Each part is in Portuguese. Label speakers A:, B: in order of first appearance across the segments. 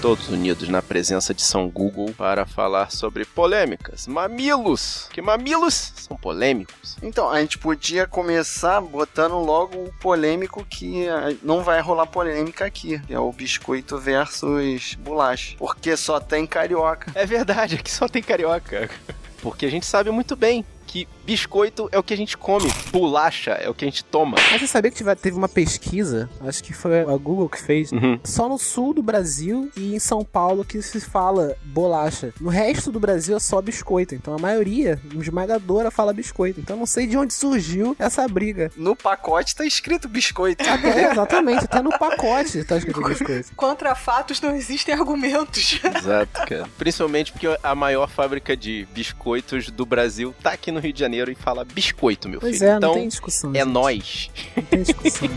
A: todos unidos na presença de São Google para falar sobre polêmicas. Mamilos! Que mamilos são polêmicos.
B: Então, a gente podia começar botando logo o polêmico que ah, não vai rolar polêmica aqui. Que é o biscoito versus bolacha. Porque só tem carioca.
A: É verdade, aqui só tem carioca. Porque a gente sabe muito bem que biscoito é o que a gente come, bolacha é o que a gente toma.
C: Mas você sabia que tive- teve uma pesquisa, acho que foi a Google que fez,
A: Uhum.
C: só no sul do Brasil e em São Paulo que se fala bolacha. No resto do Brasil é só biscoito, então a maioria esmagadora fala biscoito. Então eu não sei de onde surgiu essa briga.
B: No pacote tá escrito biscoito.
C: Até, exatamente, até no pacote tá escrito biscoito.
D: Contra fatos não existem argumentos.
A: Exato, cara. Principalmente porque a maior fábrica de biscoitos do Brasil tá aqui no Rio de Janeiro e fala biscoito, meu
C: Pois
A: filho.
C: é,
A: então
C: não tem discussão.
A: é
C: gente,
A: nós.
C: Não tem discussão.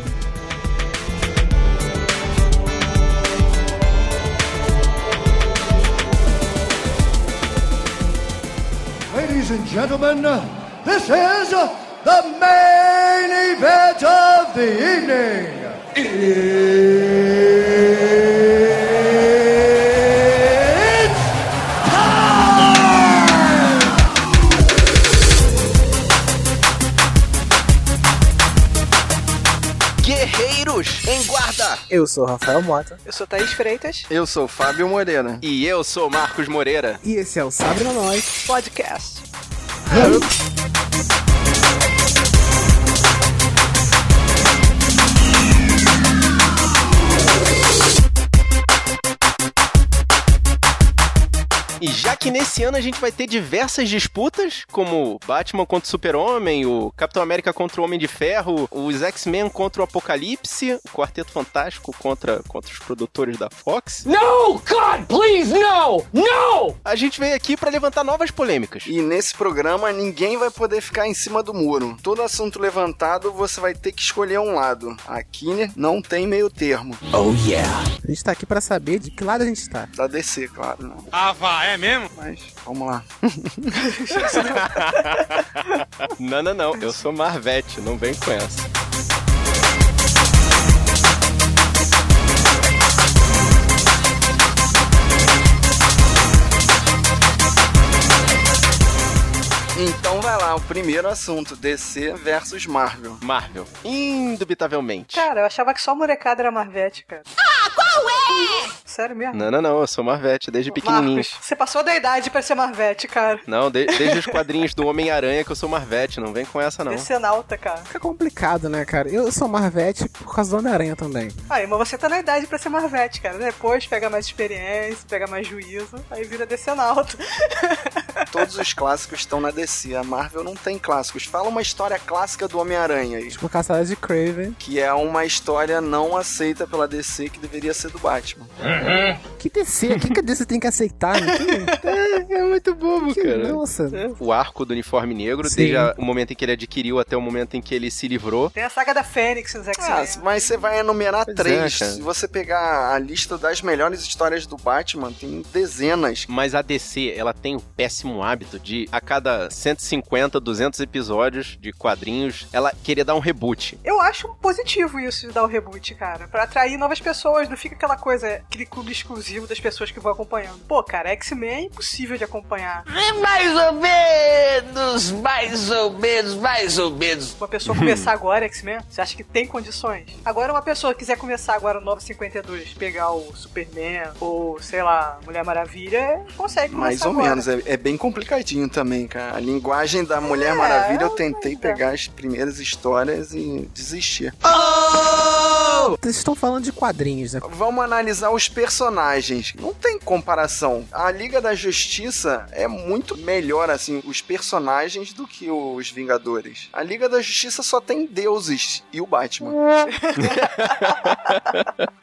E: Ladies and gentlemen, this is the main event of the evening. It's
A: Guerreiros em guarda!
C: Eu sou o Rafael Mota
D: Eu sou Thaís Freitas,
B: Eu sou o Fábio Moreira.
A: E eu sou Marcos Moreira.
C: e esse é o Sabre na Nós.
D: podcast.
A: E já que nesse ano a gente vai ter diversas disputas, como Batman contra o Super-Homem, o Capitão América contra o Homem de Ferro, os X-Men contra o Apocalipse, o Quarteto Fantástico contra, contra os produtores da Fox. No, Oh, God, please, no! No! A gente veio aqui pra levantar novas polêmicas.
B: E nesse programa ninguém vai poder ficar em cima do muro. Todo assunto levantado você vai ter que escolher um lado. Aqui né, não tem meio termo.
C: A gente tá aqui pra saber de que lado a gente tá.
B: Da DC, claro, não.
F: Ah, vá, é mesmo?
B: Mas vamos lá.
A: Não, não, não. Eu sou Marvete, não vem com essa.
B: Então vai lá, o primeiro assunto: DC versus Marvel.
A: Marvel. Indubitavelmente.
D: Cara, eu achava que só a molecada era Marvete, cara. Ah, qual é? Sério mesmo?
A: Não, não, não. Eu sou Marvete, desde pequenininho.
D: Marcos, você passou da idade pra ser Marvete, cara.
A: Não, de- desde os quadrinhos do Homem-Aranha que eu sou Marvete, não vem com essa não.
D: Decenalta, cara.
C: Fica complicado, né, cara? Eu sou Marvete por causa do Homem-Aranha também.
D: Aí, mas você tá na idade pra ser Marvete, cara. Depois pega mais experiência, pega mais juízo, aí vira decenalta.
B: Todos os clássicos estão na DC. A Marvel não tem clássicos. Fala uma história clássica do Homem-Aranha aí.
C: Tipo, caçada de Craven,
B: Que é uma história não aceita pela DC que deveria ser do Batman.
C: Que DC? O que, que a DC tem que aceitar? né? Que-
A: É muito bobo,
C: que- nossa.
A: O arco do uniforme negro,
C: Sim.
A: desde a- o momento em que ele adquiriu até o momento em que ele se livrou.
D: Tem a saga da Fênix nos X-Men.
B: Ah, mas você vai enumerar
A: Pois é,
B: três.
A: cara.
B: Se você pegar a lista das melhores histórias do Batman, tem dezenas.
A: Mas a DC, ela tem o péssimo hábito de, a cada 150, 200 episódios de quadrinhos, ela querer dar um reboot.
D: Eu acho positivo isso de dar o reboot, cara. Pra atrair novas pessoas, não fica aquela coisa, aquele clube exclusivo das pessoas que vão acompanhando. Pô, cara, X-Men é impossível de acompanhar.
G: Mais ou menos, mais ou menos, mais ou menos.
D: Uma pessoa começar agora X-Men, você acha que tem condições? Agora, uma pessoa que quiser começar agora no 952, pegar o Superman ou, sei lá, Mulher Maravilha, consegue começar
B: Mais ou
D: agora.
B: menos, é, é bem complicadinho também, cara. A linguagem da Mulher
D: É,
B: Maravilha, eu
D: é
B: tentei
D: uma merda.
B: pegar as primeiras histórias e desistir.
C: Vocês estão falando de quadrinhos, né?
B: Vamos analisar os personagens. Não tem comparação. A Liga da Justiça é muito melhor, assim, os personagens do que os Vingadores. A Liga da Justiça só tem deuses e o Batman.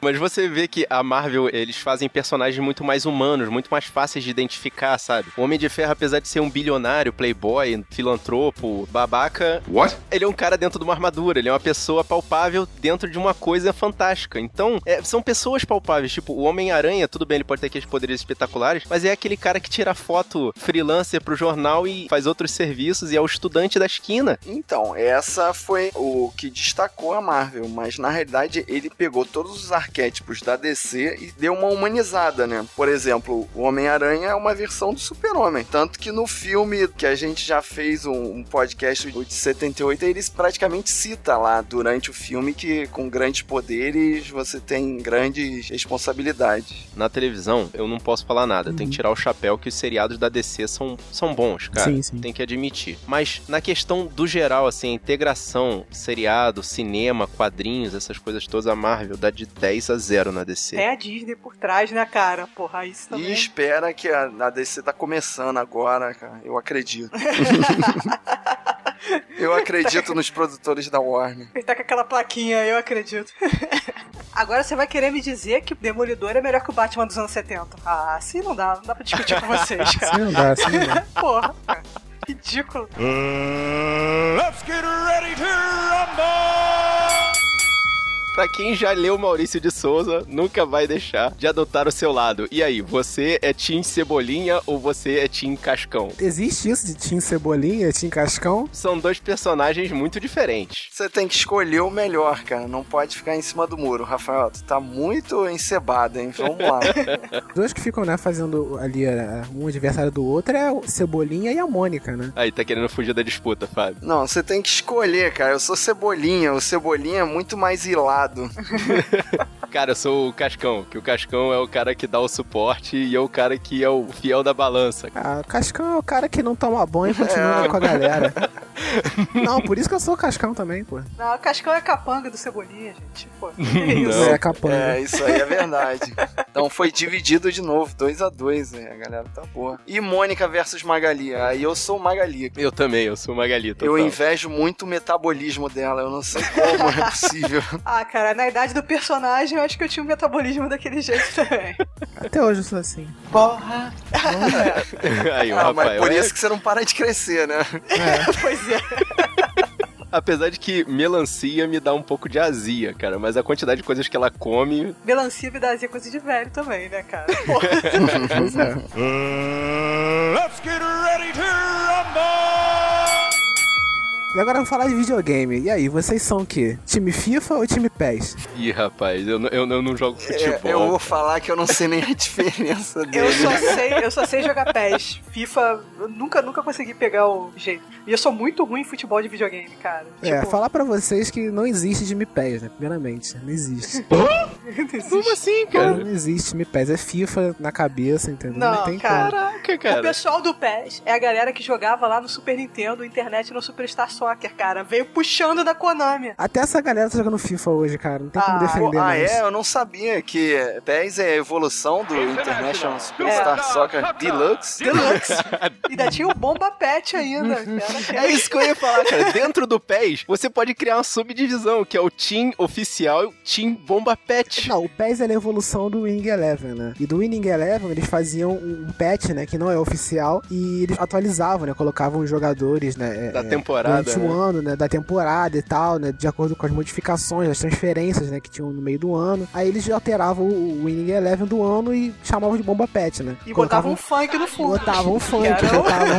A: Mas você vê que a Marvel, eles fazem personagens muito mais humanos, muito mais fáceis de identificar, sabe? O Homem de Ferro, apesar de ser um bilionário, playboy, filantropo, babaca,
F: What?
A: ele é um cara dentro de uma armadura, ele é uma pessoa palpável dentro de uma coisa coisa fantástica. Então, é, são pessoas palpáveis. Tipo, o Homem-Aranha, tudo bem, ele pode ter aqueles poderes espetaculares, mas é aquele cara que tira foto freelancer pro jornal e faz outros serviços e é o estudante da esquina.
B: Então, essa foi o que destacou a Marvel, mas na realidade ele pegou todos os arquétipos da DC e deu uma humanizada, né? Por exemplo, o Homem-Aranha é uma versão do Super-Homem. Tanto que no filme que a gente já fez um, um podcast o de 78, eles praticamente cita lá durante o filme que com grandes poderes você tem grandes responsabilidades.
A: Na televisão, eu não posso falar nada. Tem que tirar o chapéu que os seriados da DC são, são bons, cara.
C: Sim, sim.
A: Tem que admitir. Mas na questão do geral, assim, a integração, seriado, cinema, quadrinhos, essas coisas todas, a Marvel dá de 10 a 0 na DC.
D: É a Disney por trás, né, cara? Porra, isso
B: E
D: também.
B: espera que a, a DC tá começando agora, cara. Eu acredito. Eu acredito nos produtores da Warner.
D: Ele tá com aquela plaquinha, eu acredito. Agora você vai querer me dizer que o Demolidor é melhor que o Batman dos anos 70. Ah, assim não dá, não dá pra discutir com vocês,
C: Assim
D: cara.
C: não dá, assim não
B: né?
C: dá.
D: Porra, cara. Ridículo.
A: Pra quem já leu Maurício de Souza, nunca vai deixar de adotar o seu lado. E aí, você é Team Cebolinha ou você é Team Cascão?
C: Existe isso de Tim Cebolinha, Tim Cascão?
A: São dois personagens muito diferentes.
B: Você tem que escolher o melhor, cara. Não pode ficar em cima do muro. Rafael, tu tá muito encebado, hein? Vamos lá.
C: Dois que ficam, né, fazendo ali a- um adversário do outro é o Cebolinha e a Mônica, né?
A: Aí, tá querendo fugir da disputa, Fábio.
B: Não, você tem que escolher, cara. Eu sou cebolinha. O cebolinha é muito mais hilado.
A: Cara, eu sou o Cascão, que o Cascão é o cara que dá o suporte e é o cara que é o fiel da balança.
C: Ah, Cascão é o cara que não toma banho e continua com a galera. Não, por isso que eu sou Cascão também, pô.
D: Não, o Cascão é capanga do Cebolinha, gente. Pô, que
A: Não.
D: isso?
C: É capanga.
B: É, isso aí é verdade. Então foi dividido de novo, 2 a 2 né? A galera tá boa. E Mônica versus Magali. Aí eu sou Magali.
A: Eu também, eu sou então. o Magali, total.
B: Eu invejo muito o metabolismo dela. Eu não sei como é possível.
D: Ah, cara, na idade do personagem, eu acho que eu tinha um metabolismo daquele jeito também.
C: Até hoje eu sou assim.
D: Porra!
A: Aí, o
B: Ah, mas
A: Rafael
B: por
A: é-
B: isso que você não para de crescer, né?
D: pois é.
A: Apesar de que melancia me dá um pouco de azia, cara, mas a quantidade de coisas que ela come.
D: Melancia e vidazinha é coisa de velho também, né, cara? Porra.
C: Pois é. E agora vamos falar de videogame. E aí, vocês são o quê? Time FIFA ou time PES?
A: Ih, rapaz, eu, não- eu, não- eu não jogo
B: É,
A: futebol.
B: eu vou falar que eu não sei nem a diferença dele.
D: Eu só sei, eu só sei jogar PES. FIFA, eu nunca, nunca consegui pegar o jeito. E eu sou muito ruim em futebol de videogame, cara.
C: é,
D: Tipo,
C: falar pra vocês que não existe time PES, né? Primeiramente, não existe.
A: Como assim, cara?
C: Não existe time PES, é FIFA na cabeça, entendeu? Não,
D: Não,
C: tem
D: cara.
A: Caraca,
D: O
A: cara.
D: pessoal do PES é a galera que jogava lá no Super Nintendo, internet no Superstar Soccer, cara. Veio puxando da Konami.
C: como. Até essa galera tá jogando FIFA hoje, cara. Não tem
D: Ah,
C: como defender
B: ah,
C: mais.
B: é? Eu não sabia que PES é a evolução do International Superstar Soccer Deluxe.
D: Deluxe. E ainda tinha o Bomba Pet ainda. Cara.
A: É isso que eu ia falar, cara. Dentro do PES, você pode criar uma subdivisão, que é o Team Oficial e o Team Bomba Pet.
C: Não, o PES é a evolução do Winning Eleven, né? E do Winning Eleven eles faziam um um patch, né? Que não é oficial. E eles atualizavam, né? Colocavam os jogadores, né? é,
A: Da
C: é,
A: temporada,
C: Durante o
A: né?
C: ano, né? Da temporada e tal, né? De acordo com as modificações, as transferências, né? Que tinham no meio do ano. Aí eles alteravam o o Winning Eleven do ano e chamavam de bomba patch, né?
D: E botava um funk no fundo.
C: Botavam um funk,
D: Que era o-
C: botavam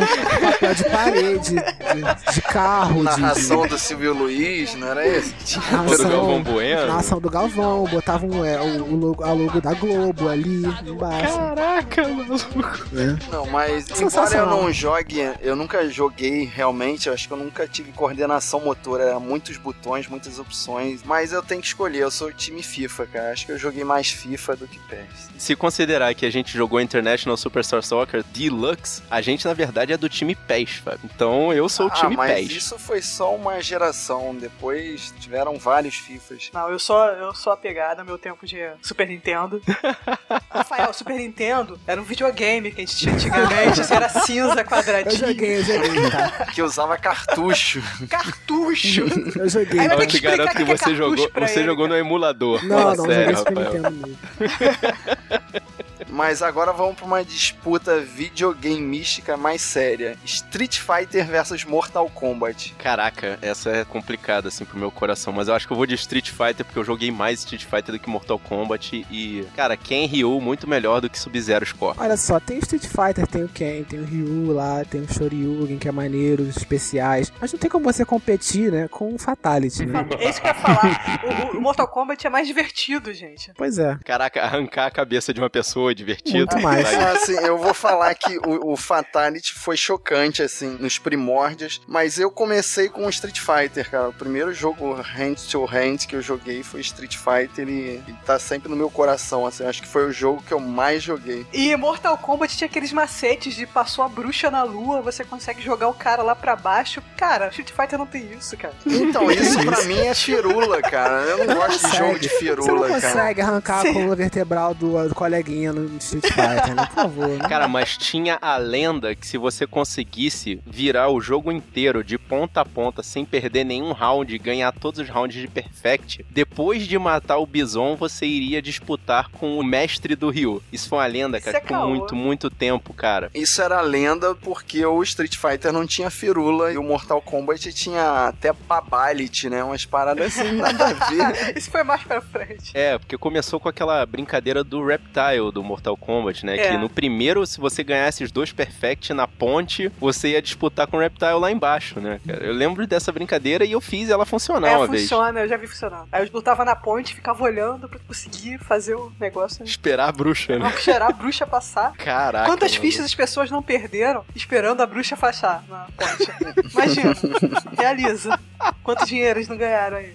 C: papel de parede, de, de carro, de- de,
B: Narração do Silvio Luiz, não era esse?
C: na
A: Todo Galvão
C: ação,
A: Bueno.
C: na ação do Galvão, botavam é, o, o logo, a logo da Globo ali embaixo.
A: Caraca, maluco.
C: né?
B: Não, mas embora eu
C: Sensacional.
B: não jogue, eu nunca joguei realmente, eu acho que eu nunca tive coordenação motora, era muitos botões, muitas opções, mas eu tenho que escolher, eu sou o time FIFA, cara, acho que eu joguei mais FIFA do que PES.
A: Se considerar que a gente jogou International Superstar Soccer Deluxe, a gente, na verdade, é do time PES, Fábio. Então, eu sou o
B: ah,
A: time
B: mas
A: PES.
B: isso foi só uma geração, depois tiveram vários FIFAs.
D: Não, eu sou, eu sou apegado ao meu tempo de Super Nintendo. Rafael, Super Nintendo era um videogame que a gente tinha antigamente. Isso era cinza,
C: Eu
D: quadradinho,
C: joguei, eu joguei, tá?
B: que usava cartucho.
D: cartucho.
C: Eu joguei.
D: Aí vai
A: Eu
D: ter
A: te
D: explicar
A: garanto que,
D: o que é
A: você
D: cartucho
A: jogou,
D: pra
A: você
D: ele,
A: jogou no
D: cara.
A: emulador. Tá
C: Não,
A: Fala
C: não, eu
A: sério,
C: joguei Super
A: Rafael.
C: Nintendo mesmo.
B: Mas agora vamos pra uma disputa videogame mística mais séria: Street Fighter versus Mortal Kombat.
A: Caraca, essa é complicada assim pro meu coração, mas eu acho que eu vou de Street Fighter porque eu joguei mais Street Fighter do que Mortal Kombat e, cara, Ken Ryu muito melhor do que Sub-Zero Score.
C: Olha só, tem o Street Fighter, tem o Ken, tem o Ryu lá, tem o Shoryuken, que é maneiro, os especiais. Mas não tem como você competir, né, com o Fatality, né?
D: É isso que eu ia falar. O, o Mortal Kombat é mais divertido, gente.
C: Pois é.
A: Caraca, arrancar a cabeça de uma pessoa é divertido.
C: Muito mais.
A: Tá aí.
B: Assim, eu vou falar que o, o Fatality foi chocante, assim, nos primórdios. Mas eu comecei com o Street Fighter, cara. O primeiro jogo hand to hand que eu joguei foi Street Fighter e, e tá sempre no meu coração, assim. Acho que foi o jogo que eu mais joguei.
D: E Mortal Kombat tinha aqueles macetes de passou a bruxa na lua, você consegue jogar o cara lá pra baixo. Cara, Street Fighter não tem isso, cara.
B: Então, isso pra mim é firula, cara. Eu não gosto de jogo de
C: Você não
B: firula, cara.
C: consegue arrancar a coluna vertebral do, do coleguinha no Street Fighter, né? Por favor, né?
A: Cara, mas tinha a lenda que se você conseguisse virar o jogo inteiro de ponta a ponta sem perder nenhum round e ganhar todos os rounds de perfect, depois de matar o Bison, você iria disputar com o mestre do Ryu. Isso foi uma lenda,
D: Isso
A: cara,
D: é
A: por
D: caô.
A: muito, muito tempo, cara.
B: Isso era lenda porque o Street Fighter não tinha firula e o Mortal Kombat tinha até babality, né? Umas paradas assim, nada a ver.
D: Isso foi mais pra frente.
A: É, porque começou com aquela brincadeira do Reptile do Mortal Kombat, né?
D: É.
A: Que no primeiro, se você ganhasse os dois Perfect na ponte, você ia disputar com o Reptile lá embaixo, né, cara? Eu lembro dessa brincadeira e eu fiz ela funcionar
D: é,
A: uma vez.
D: funciona, eu já vi funcionar. Aí eu botava na ponte, ficava olhando pra conseguir fazer o negócio. Né?
A: Esperar a bruxa, né?
D: Não cheirar a bruxa passar.
A: Caraca.
D: Quantas
A: mano.
D: fichas as pessoas não perderam esperando a bruxa fachar na ponte? Imagina. Realiza. Quanto dinheiro eles não ganharam aí?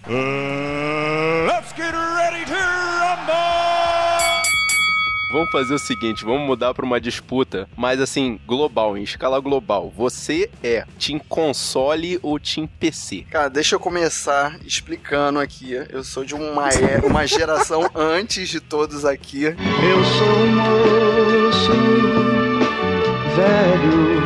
A: Vamos fazer o seguinte, vamos mudar pra uma disputa, mas assim, global, em escala global. Você é Team Console ou Team PC?
B: Cara, deixa eu começar explicando aqui. Eu sou de uma, é- uma geração antes de todos aqui.
E: Eu sou um moço velho.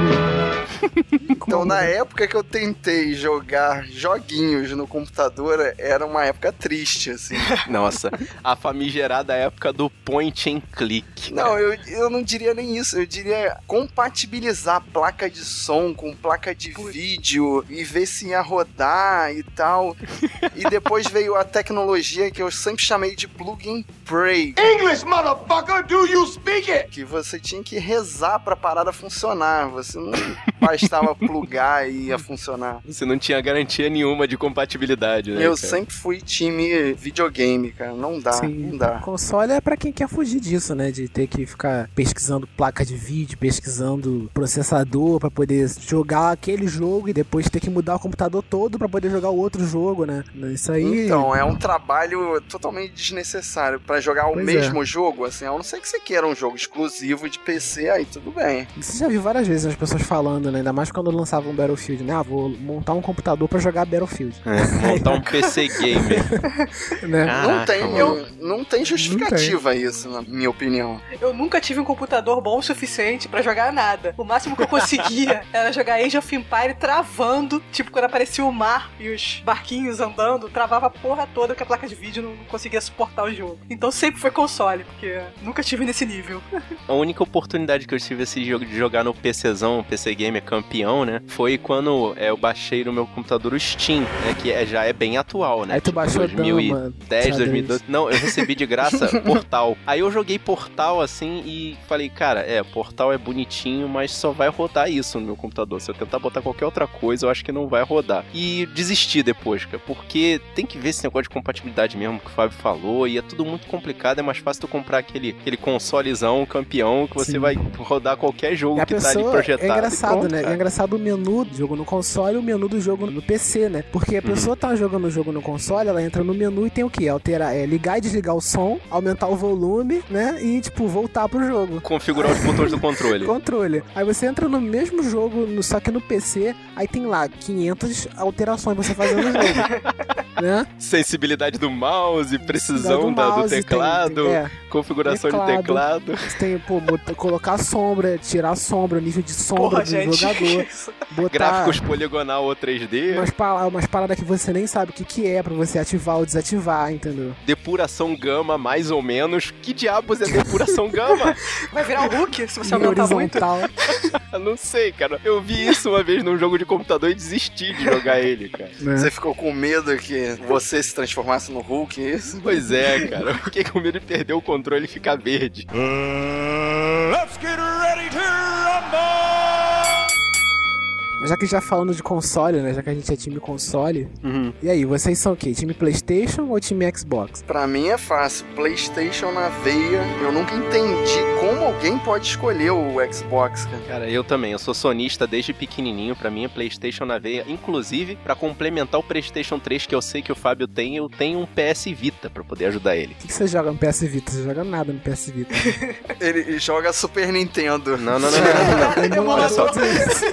B: Então, na época que eu tentei jogar joguinhos no computador, era uma época triste, assim.
A: Nossa, a famigerada época do point and click.
B: Não, eu, eu não diria nem isso. Eu diria compatibilizar placa de som com placa de vídeo e ver se ia rodar e tal. E depois veio a tecnologia que eu sempre chamei de plug and play,
E: English, motherfucker, do you speak it?
B: que você tinha que rezar pra parada funcionar. Você não bastava plugar e ia funcionar.
A: Você não tinha garantia nenhuma de compatibilidade, né? cara?
B: Eu sempre fui time videogame, cara. Não dá,
C: Sim.
B: não dá.
C: Console é pra quem quer fugir disso, né? De ter que ficar pesquisando placa de vídeo, pesquisando processador pra poder jogar aquele jogo e depois ter que mudar o computador todo pra poder jogar o outro jogo, né? Isso aí.
B: Então, é um trabalho totalmente desnecessário pra jogar o
C: Pois
B: mesmo jogo, assim, a não ser que você queira um jogo exclusivo de PC, aí tudo bem.
C: Você já viu várias vezes as pessoas falando, né? Ainda mais quando lançavam Battlefield, né? Ah, vou montar um computador pra jogar Battlefield,
A: Montar um PC gamer.
C: né?
B: não
A: Caraca,
B: tem,
A: mano.
B: eu- não tem justificativa isso, na minha opinião.
D: Eu nunca tive um computador bom o suficiente pra jogar nada. O máximo que eu conseguia era jogar Age of Empire travando, tipo quando aparecia o mar e os barquinhos andando, travava a porra toda que a placa de vídeo não conseguia suportar o jogo. Então sempre foi console, porque nunca tive nesse nível.
A: A única oportunidade que eu tive esse jogo de jogar no PCzão, PC Gamer campeão, né? Foi quando é, eu baixei no meu computador o Steam, né? Que é- já é bem atual, né?
C: Aí tu
A: Tipo,
C: baixou
A: 2010,
C: Dama.
A: 2012. Não, eu recebi de graça Portal. Aí eu joguei Portal assim e falei, cara, é, Portal é bonitinho, mas só vai rodar isso no meu computador. Se eu tentar botar qualquer outra coisa, eu acho que não vai rodar. E desisti depois, cara, porque tem que ver esse negócio de compatibilidade mesmo que o Fábio falou, e é tudo muito complicado, é mais fácil tu comprar aquele, aquele consolezão campeão que você
C: Sim.
A: vai rodar qualquer jogo
C: E a
A: que tá ali
C: pessoa
A: projetado.
C: é engraçado,
A: e pronto,
C: né? É
A: cara.
C: engraçado o menu do jogo no console e o menu do jogo no PC, né? Porque
A: Uhum.
C: a pessoa tá jogando o jogo no console, ela entra no menu e tem o quê? Alterar, é ligar e desligar o som, aumentar o volume, né? E tipo voltar pro jogo.
A: Configurar os botões do controle.
C: Controle. Aí você entra no mesmo jogo, no- só que no PC, aí tem lá 500 alterações pra você fazer no jogo. né?
A: Sensibilidade do mouse, precisão
C: do
A: da- do,
C: mouse, tem-
A: teclado,
C: tem- é.
A: configuração
C: Teclado. Tá.
A: de teclado.
C: Você tem, pô, bota- colocar sombra, tirar sombra, nível de sombra
D: Porra,
C: do
D: gente. é
C: jogo. jogador. Botar
A: Gráficos poligonal ou 3D,
C: umas, pala umas paradas que você nem sabe o que, que é pra você ativar ou desativar, entendeu?
A: depuração gama, mais ou menos. Que diabos é depuração gama?
D: Vai virar o Hulk se você
C: Linha
D: aumentar muito.
C: horizontal.
A: Eu não sei, cara. Eu vi isso uma vez num jogo de computador e desisti de jogar ele, cara.
C: né?
B: Você ficou com medo que você se transformasse no Hulk, é isso?
A: Pois é, cara. Eu fiquei com medo de perder o controle e ficar verde.
E: Uh,
C: Já que já falando de console, né? Já que a gente é time console.
A: Uhum.
C: E aí, vocês são o quê? Time PlayStation ou time Xbox?
B: Pra mim é fácil. PlayStation na veia. Eu nunca entendi como alguém pode escolher o Xbox, cara.
A: Cara, eu também. Eu sou sonista desde pequenininho. Pra mim, é PlayStation na veia. Inclusive, pra complementar o PlayStation 3, que eu sei que o Fábio tem, eu tenho um PS Vita pra poder ajudar ele.
C: O que, que você joga no PS Vita? Você joga nada no PS Vita.
B: Ele joga Super Nintendo.
A: Não, não, não, não. não, não.
C: Emulador.
A: Olha só.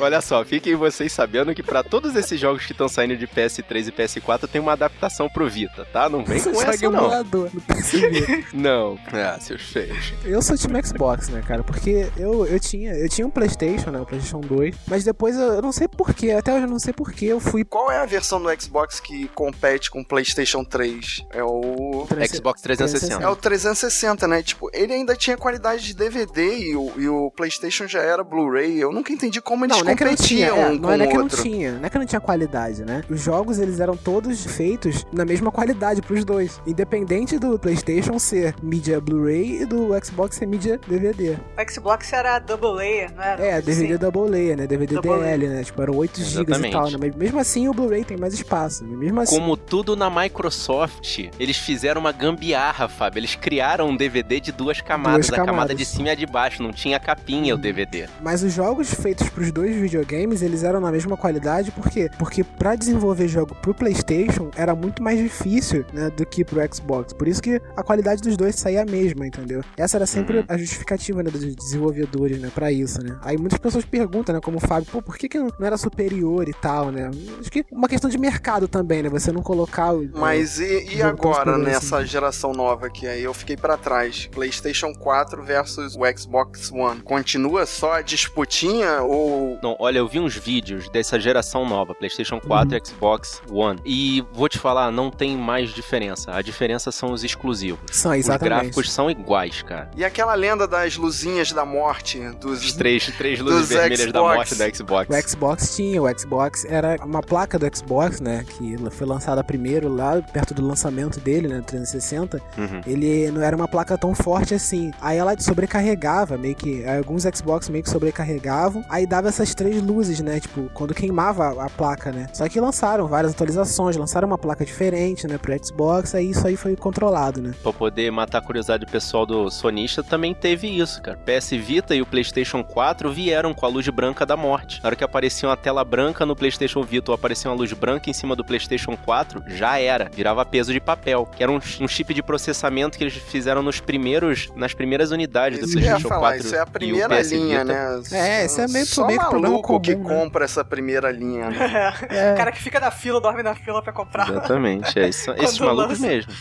A: Olha só, fiquem vocês sabendo que pra todos esses jogos que estão saindo de PS3 e PS4 tem uma adaptação pro Vita, tá? Não vem
C: Você é
A: com
C: joga
A: essa não.
C: emulador no PS Vita.
A: Não. Ah, seus feios.
C: Eu sou time Xbox, né, cara? Porque eu, eu, tinha, eu tinha um PlayStation, né? Um PlayStation 2. Mas depois eu, eu não sei porquê. Até hoje eu não sei porquê. Eu fui.
B: Qual é a versão do Xbox que compete com o PlayStation 3? É o.
A: Xbox 360.
B: É o 360, né? Tipo, ele ainda tinha qualidade de DVD e o, e o PlayStation já era Blu-ray. Eu nunca entendi como eles
C: Não, não é que não tinha,
B: competiam
C: é,
B: um
C: não
B: com
C: é
B: o
C: que não
B: outro.
C: tinha, não é que não tinha qualidade, né? Os jogos eles eram todos feitos na mesma qualidade pros dois, independente do PlayStation ser mídia Blu-ray e do Xbox ser mídia DVD.
D: O Xbox era double layer, não era?
C: É, DVD
D: Sim.
C: double layer, né? DVD
D: Double
C: DL, né? Tipo, eram 8 GB e
A: Exatamente.
C: tal, né? Mas mesmo assim o Blu-ray tem mais espaço, né? mesmo assim.
A: Como tudo na Microsoft, eles fizeram uma gambiarra, Fábio. Eles criaram um DVD de duas camadas.
C: Duas
A: A camada
C: camadas.
A: de cima e a de baixo. Não tinha capinha o DVD.
C: Mas os jogos feitos pros dois videogames, eles eram na mesma qualidade, por quê? Porque pra desenvolver jogo pro PlayStation era muito mais difícil, né, do que pro Xbox. Por isso que a qualidade dos dois saía a mesma, entendeu? Essa era sempre
A: Uhum.
C: a justificativa, né, dos desenvolvedores, né, pra isso, né? Aí muitas pessoas perguntam, né, como o Fábio, pô, por que que não era superior e tal, né? Acho que uma questão de mercado também, né? Você não colocar o
B: Mas e, e
C: Jogo
B: agora,
C: transparente,
B: nessa geração nova que aí eu fiquei pra trás? PlayStation 4 versus o Xbox One. Continua só a disputinha ou.
A: Não, olha, eu vi uns vídeos dessa geração nova, PlayStation
C: Uhum.
A: 4 e Xbox One. E vou te falar, não tem mais diferença. A diferença são os exclusivos.
C: são
A: Os
C: exatamente.
A: gráficos são iguais, cara.
B: E aquela lenda das luzinhas da morte,
A: Os
B: dos
A: três, três luzes
B: Dos
A: vermelhas da
B: Xbox.
A: morte da Xbox.
C: O Xbox tinha, o Xbox era uma placa do Xbox, né? Que foi lançada primeiro lá, perto do lançamento dele, né? do 360.
A: Uhum.
C: Ele não era uma placa tão forte assim. Aí ela sobrecarregava, meio que. Alguns Xbox meio que sobrecarregavam. Aí dava essas três luzes, né? Tipo, quando queimava a- a placa, né? Só que lançaram várias atualizações, lançaram uma placa diferente, né? Pro Xbox, aí isso aí foi controlado, né?
A: Pra poder matar a curiosidade do pessoal do sonista, também teve isso, cara. PS Vita e o PlayStation 4 vieram com a luz branca da morte. Na hora que aparecia uma tela branca no PlayStation Vita ou aparecia uma luz branca em cima do PlayStation 4, já era. Virava peso de papel. Que era um, um chip de processamento que eles fizeram nos primeiros, nas primeiras unidades do
B: Isso que eu ia
A: PlayStation
B: falar,
A: 4.
B: isso é a
A: e o
B: primeira
A: PS
B: linha,
A: Vita.
B: né?
C: É, isso é meio-
B: Só
C: meio que problema
B: maluco que
C: comum, né?
B: compra essa primeira linha, né?
C: É.
D: O cara que fica na fila, dorme na fila pra comprar.
A: Exatamente, é isso, esses
D: Quando
A: malucos
D: lança.
A: mesmo.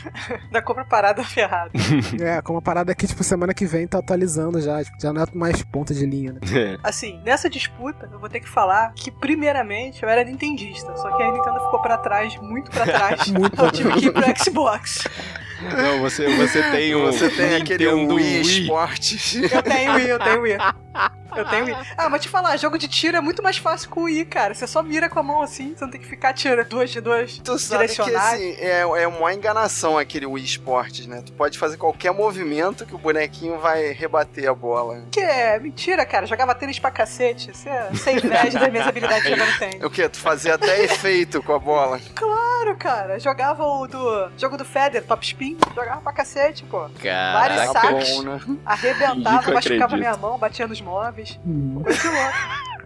D: Ainda compra parada ferrada.
C: é, com uma parada que, tipo, semana que vem tá atualizando já. Tipo, já não é mais ponta de linha, né?
A: É.
D: Assim, nessa disputa, eu vou ter que falar que, primeiramente, eu era nintendista. Só que a Nintendo ficou pra trás, muito pra trás. Então,
C: Muito
D: eu tive que ir pro Xbox.
A: Não, você, você tem um.
B: Você tem aquele
A: Nintendo
B: Wii Sports.
D: Eu tenho Wii, eu tenho Wii. Eu tenho Wii. Ah, mas te falar, jogo de tiro é muito mais fácil com o Wii, cara. Você só mira com a mão assim, você não tem que ficar tirando duas de duas.
B: Tu sabe que
D: Direcionado.
B: assim, é, é uma enganação aquele Wii Sports, né? Tu pode fazer qualquer movimento que o bonequinho vai rebater a bola.
D: Que é mentira, cara. Jogava tênis pra cacete. Você é 6 10 das minhas habilidades jogando tênis.
B: É O que? Tu fazia até efeito com a bola.
D: Claro, cara. Jogava o do jogo do Feder, Top Spin. Jogava pra cacete, pô.
A: Caraca,
D: Vários saques.
B: né?
D: Arrebentava,
A: Eu
D: machucava
A: acredito.
D: minha mão, batia nos móveis. Coisa de louco.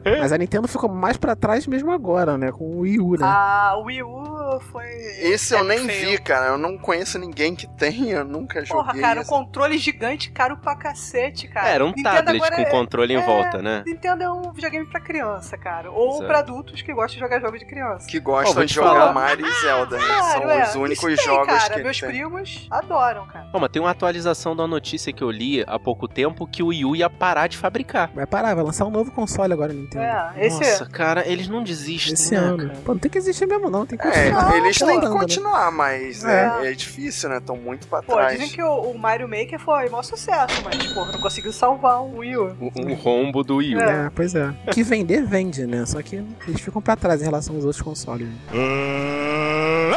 C: Mas a Nintendo ficou mais pra trás mesmo agora, né? Com o Wii U, né?
D: Ah, o Wii U ou foi. é
B: Esse eu
D: epic
B: nem
D: fail?
B: vi, cara. Eu não conheço ninguém que tenha, eu nunca joguei.
D: Porra, cara, um
B: esse.
D: controle gigante, caro pra cacete, cara.
A: Era um
D: Nintendo
A: tablet
D: agora
A: com
D: é-
A: controle em
D: é,
A: volta, né?
D: Nintendo é um videogame pra criança, cara. Ou
A: Exato.
D: pra adultos que gostam de jogar jogos de criança.
B: que
A: Ó, vou
B: gostam
A: te
B: de jogar
A: falar.
B: Mario e Zelda. né?
D: Claro,
B: São
D: é.
B: os únicos
D: Isso tem,
B: jogos
D: cara.
B: que
D: Meus
B: tem.
D: primos adoram, cara.
A: Ó, mas tem uma atualização da notícia que eu li há pouco tempo que o Wii U ia parar de fabricar.
C: Vai parar, vai lançar um novo console agora, Nintendo.
D: É, esse
A: Nossa, cara, eles não desistem,
C: Esse
A: né,
C: ano.
A: cara?
C: Pô, não tem que existir mesmo, não. Tem que
B: É,
C: continuar.
B: eles têm que
C: tentando, né?
B: continuar, mas
D: É.
B: é, é difícil, né? Estão muito pra
D: Pô,
B: trás.
D: dizem que o, o Mario Maker foi o maior sucesso, mas, porra, não conseguiu salvar o Wii
B: É
D: U.
A: O, o rombo do Wii U.
D: É.
C: É, pois é. Que vender, vende, né? Só que eles ficam pra trás em relação aos outros consoles. né?
E: Uh,